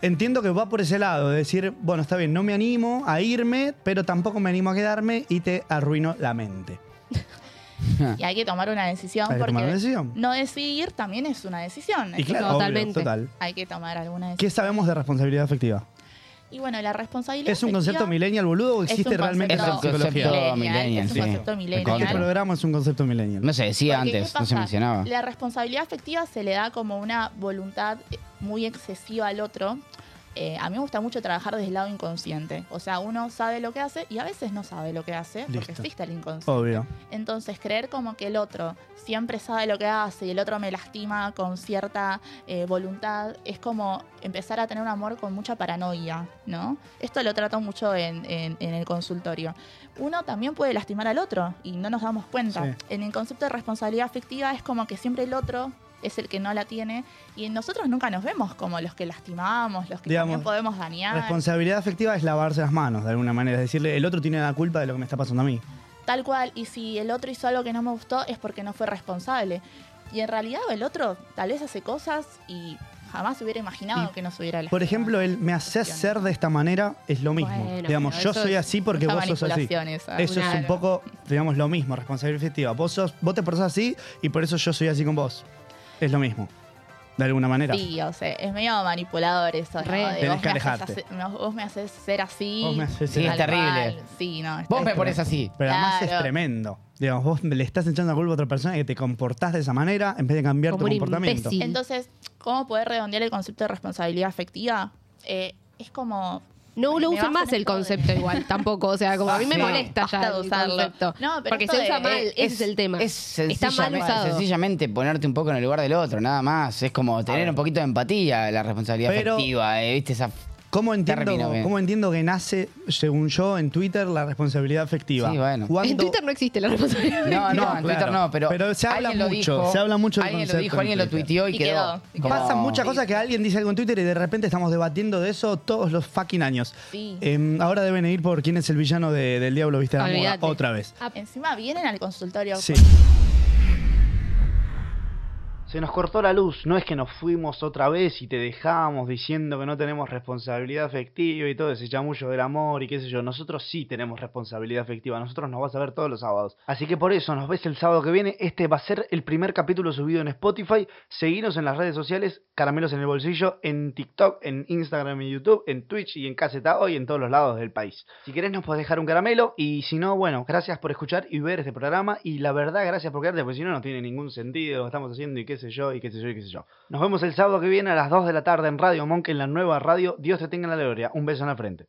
[SPEAKER 1] entiendo que va por ese lado, de decir, bueno, está bien, no me animo a irme, pero tampoco me animo a quedarme y te arruino la mente.
[SPEAKER 4] Y hay que tomar una decisión
[SPEAKER 1] Hay que
[SPEAKER 4] porque
[SPEAKER 1] tomar una decisión.
[SPEAKER 4] no decidir también es una decisión.
[SPEAKER 1] Y claro, obvio,
[SPEAKER 4] Entonces,
[SPEAKER 3] Totalmente.
[SPEAKER 1] total.
[SPEAKER 4] Hay que tomar alguna decisión.
[SPEAKER 1] ¿Qué sabemos de responsabilidad afectiva?
[SPEAKER 4] Y bueno, la responsabilidad.
[SPEAKER 1] ¿Es un
[SPEAKER 4] afectiva-
[SPEAKER 1] concepto millennial, boludo, o
[SPEAKER 4] Es
[SPEAKER 1] existe
[SPEAKER 4] un
[SPEAKER 1] realmente
[SPEAKER 4] concepto-
[SPEAKER 1] en la
[SPEAKER 4] Es un
[SPEAKER 1] psicología?
[SPEAKER 2] concepto-
[SPEAKER 4] millennial,
[SPEAKER 2] millennial,
[SPEAKER 4] es un
[SPEAKER 2] sí.
[SPEAKER 4] concepto
[SPEAKER 2] Me
[SPEAKER 1] Este
[SPEAKER 2] contra.
[SPEAKER 4] millennial.
[SPEAKER 1] programa es un concepto millennial.
[SPEAKER 2] no se decía
[SPEAKER 4] Porque,
[SPEAKER 2] antes,
[SPEAKER 4] ¿qué
[SPEAKER 2] no se
[SPEAKER 4] pasa?
[SPEAKER 2] mencionaba.
[SPEAKER 4] La responsabilidad afectiva se le da como una voluntad eh, muy excesiva al otro. Eh, a mí me gusta mucho trabajar desde el lado inconsciente. O sea, uno sabe lo que hace y a veces no sabe lo que hace porque
[SPEAKER 1] Listo.
[SPEAKER 4] existe el inconsciente.
[SPEAKER 1] Obvio.
[SPEAKER 4] Entonces, creer como que el otro siempre sabe lo que hace y el otro me lastima con cierta eh, voluntad es como empezar a tener un amor con mucha paranoia, ¿no? Esto lo trato mucho en, en- en el consultorio. Uno también puede lastimar al otro y no nos damos cuenta.
[SPEAKER 1] Sí.
[SPEAKER 4] En el concepto de responsabilidad afectiva es como que siempre el otro es el que no la tiene y nosotros nunca nos vemos como los que lastimamos, los que
[SPEAKER 1] Digamos,
[SPEAKER 4] también podemos dañar.
[SPEAKER 1] Responsabilidad afectiva es lavarse las manos, de alguna manera. Es decirle, el otro tiene la culpa de lo que me está pasando a mí.
[SPEAKER 4] Tal cual, y si el otro hizo algo que no me gustó es porque no fue responsable. Y en realidad el otro tal vez hace cosas y jamás hubiera imaginado
[SPEAKER 1] Y,
[SPEAKER 4] que nos hubiera
[SPEAKER 1] Por ejemplo, el me haces ser de esta manera es lo mismo.
[SPEAKER 3] Bueno,
[SPEAKER 1] digamos,
[SPEAKER 4] pero
[SPEAKER 1] yo
[SPEAKER 4] eso
[SPEAKER 1] soy
[SPEAKER 4] es
[SPEAKER 1] así porque vos sos así. Eso es un poco, digamos, lo mismo, responsabilidad efectiva. Vos, sos, vos te portás así y por eso yo soy así con vos. Es lo mismo, de alguna manera.
[SPEAKER 4] Sí, o sea, es medio manipulador eso. ¿no?
[SPEAKER 3] Re.
[SPEAKER 4] De vos
[SPEAKER 1] Tenés que
[SPEAKER 4] me haces
[SPEAKER 1] alejarte.
[SPEAKER 4] hacer- me- vos me haces ser así.
[SPEAKER 1] Vos me haces
[SPEAKER 2] Sí,
[SPEAKER 1] ser
[SPEAKER 2] es
[SPEAKER 4] tal
[SPEAKER 1] así.
[SPEAKER 2] terrible.
[SPEAKER 4] cual. Sí, no.
[SPEAKER 2] Vos me
[SPEAKER 4] está-
[SPEAKER 2] pones así.
[SPEAKER 1] Pero además es
[SPEAKER 4] Claro.
[SPEAKER 1] tremendo. Digamos, vos le estás echando la culpa a otra persona que te comportás de esa manera en vez de cambiar
[SPEAKER 3] Como
[SPEAKER 1] tu
[SPEAKER 3] un
[SPEAKER 1] comportamiento.
[SPEAKER 3] imbécil.
[SPEAKER 4] Entonces, ¿cómo poder redondear el concepto de responsabilidad afectiva? Eh, es como
[SPEAKER 3] No lo
[SPEAKER 4] Me
[SPEAKER 3] usan
[SPEAKER 4] bajo
[SPEAKER 3] más
[SPEAKER 4] en
[SPEAKER 3] el
[SPEAKER 4] esto de-
[SPEAKER 3] concepto igual, tampoco. O sea, como a mí me
[SPEAKER 2] Sí.
[SPEAKER 3] molesta
[SPEAKER 4] Basta
[SPEAKER 3] ya
[SPEAKER 4] de
[SPEAKER 3] el
[SPEAKER 4] usarlo.
[SPEAKER 3] concepto.
[SPEAKER 4] No, pero
[SPEAKER 3] porque
[SPEAKER 4] esto
[SPEAKER 3] se
[SPEAKER 4] de-
[SPEAKER 3] usa mal,
[SPEAKER 4] es-
[SPEAKER 3] ese es el tema.
[SPEAKER 2] Es
[SPEAKER 3] Está mal
[SPEAKER 2] sencillamente-
[SPEAKER 3] usado.
[SPEAKER 2] sencillamente ponerte un poco en el lugar del otro, nada más. Es como tener un poquito de empatía, la responsabilidad
[SPEAKER 1] Pero-
[SPEAKER 2] afectiva, eh, ¿viste? Esa...
[SPEAKER 1] ¿Cómo
[SPEAKER 2] Termino
[SPEAKER 1] entiendo,
[SPEAKER 2] bien.
[SPEAKER 1] ¿Cómo entiendo que nace, según yo, en Twitter la responsabilidad afectiva?
[SPEAKER 2] Sí, bueno.
[SPEAKER 1] Cuando-
[SPEAKER 3] En Twitter no existe la responsabilidad.
[SPEAKER 2] No, no,
[SPEAKER 1] No,
[SPEAKER 2] en
[SPEAKER 1] claro.
[SPEAKER 2] Twitter no, pero.
[SPEAKER 1] Pero se habla
[SPEAKER 2] alguien lo
[SPEAKER 1] mucho,
[SPEAKER 2] dijo,
[SPEAKER 1] se habla mucho del
[SPEAKER 2] Alguien lo
[SPEAKER 1] concepto
[SPEAKER 2] dijo,
[SPEAKER 1] en
[SPEAKER 2] alguien lo
[SPEAKER 1] Twitter.
[SPEAKER 2] tuiteó y,
[SPEAKER 4] Y
[SPEAKER 2] quedó.
[SPEAKER 4] quedó.
[SPEAKER 2] Como-
[SPEAKER 1] Pasan muchas cosas que alguien dice algo en Twitter y de repente estamos debatiendo de eso todos los fucking años.
[SPEAKER 4] Sí.
[SPEAKER 1] Em, ahora deben ir por quién es el villano de- del Diablo Viste a la Moda,
[SPEAKER 3] Olvídate.
[SPEAKER 1] otra vez.
[SPEAKER 4] Encima vienen al consultorio.
[SPEAKER 1] Sí. Se nos cortó la luz, no es que nos fuimos otra vez y te dejamos diciendo que no tenemos responsabilidad afectiva y todo ese chamullo del amor y qué sé yo. Nosotros sí tenemos responsabilidad afectiva, nosotros nos vas a ver todos los sábados. Así que por eso nos ves el sábado que viene, este va a ser el primer capítulo subido en Spotify. Seguinos en las redes sociales, Caramelos en el Bolsillo, en TikTok, en Instagram y YouTube, en Twitch y en Caseta Hoy, en todos los lados del país. Si querés nos podés dejar un caramelo y si no, bueno, gracias por escuchar y ver este programa y la verdad, gracias por quedarte, porque si no, no tiene ningún sentido lo que estamos haciendo y qué sé yo, y qué sé yo, y qué sé yo. Nos vemos el sábado que viene a las 2 de la tarde en Radio Monk, en la nueva radio. Dios te tenga en la gloria. Un beso en la frente.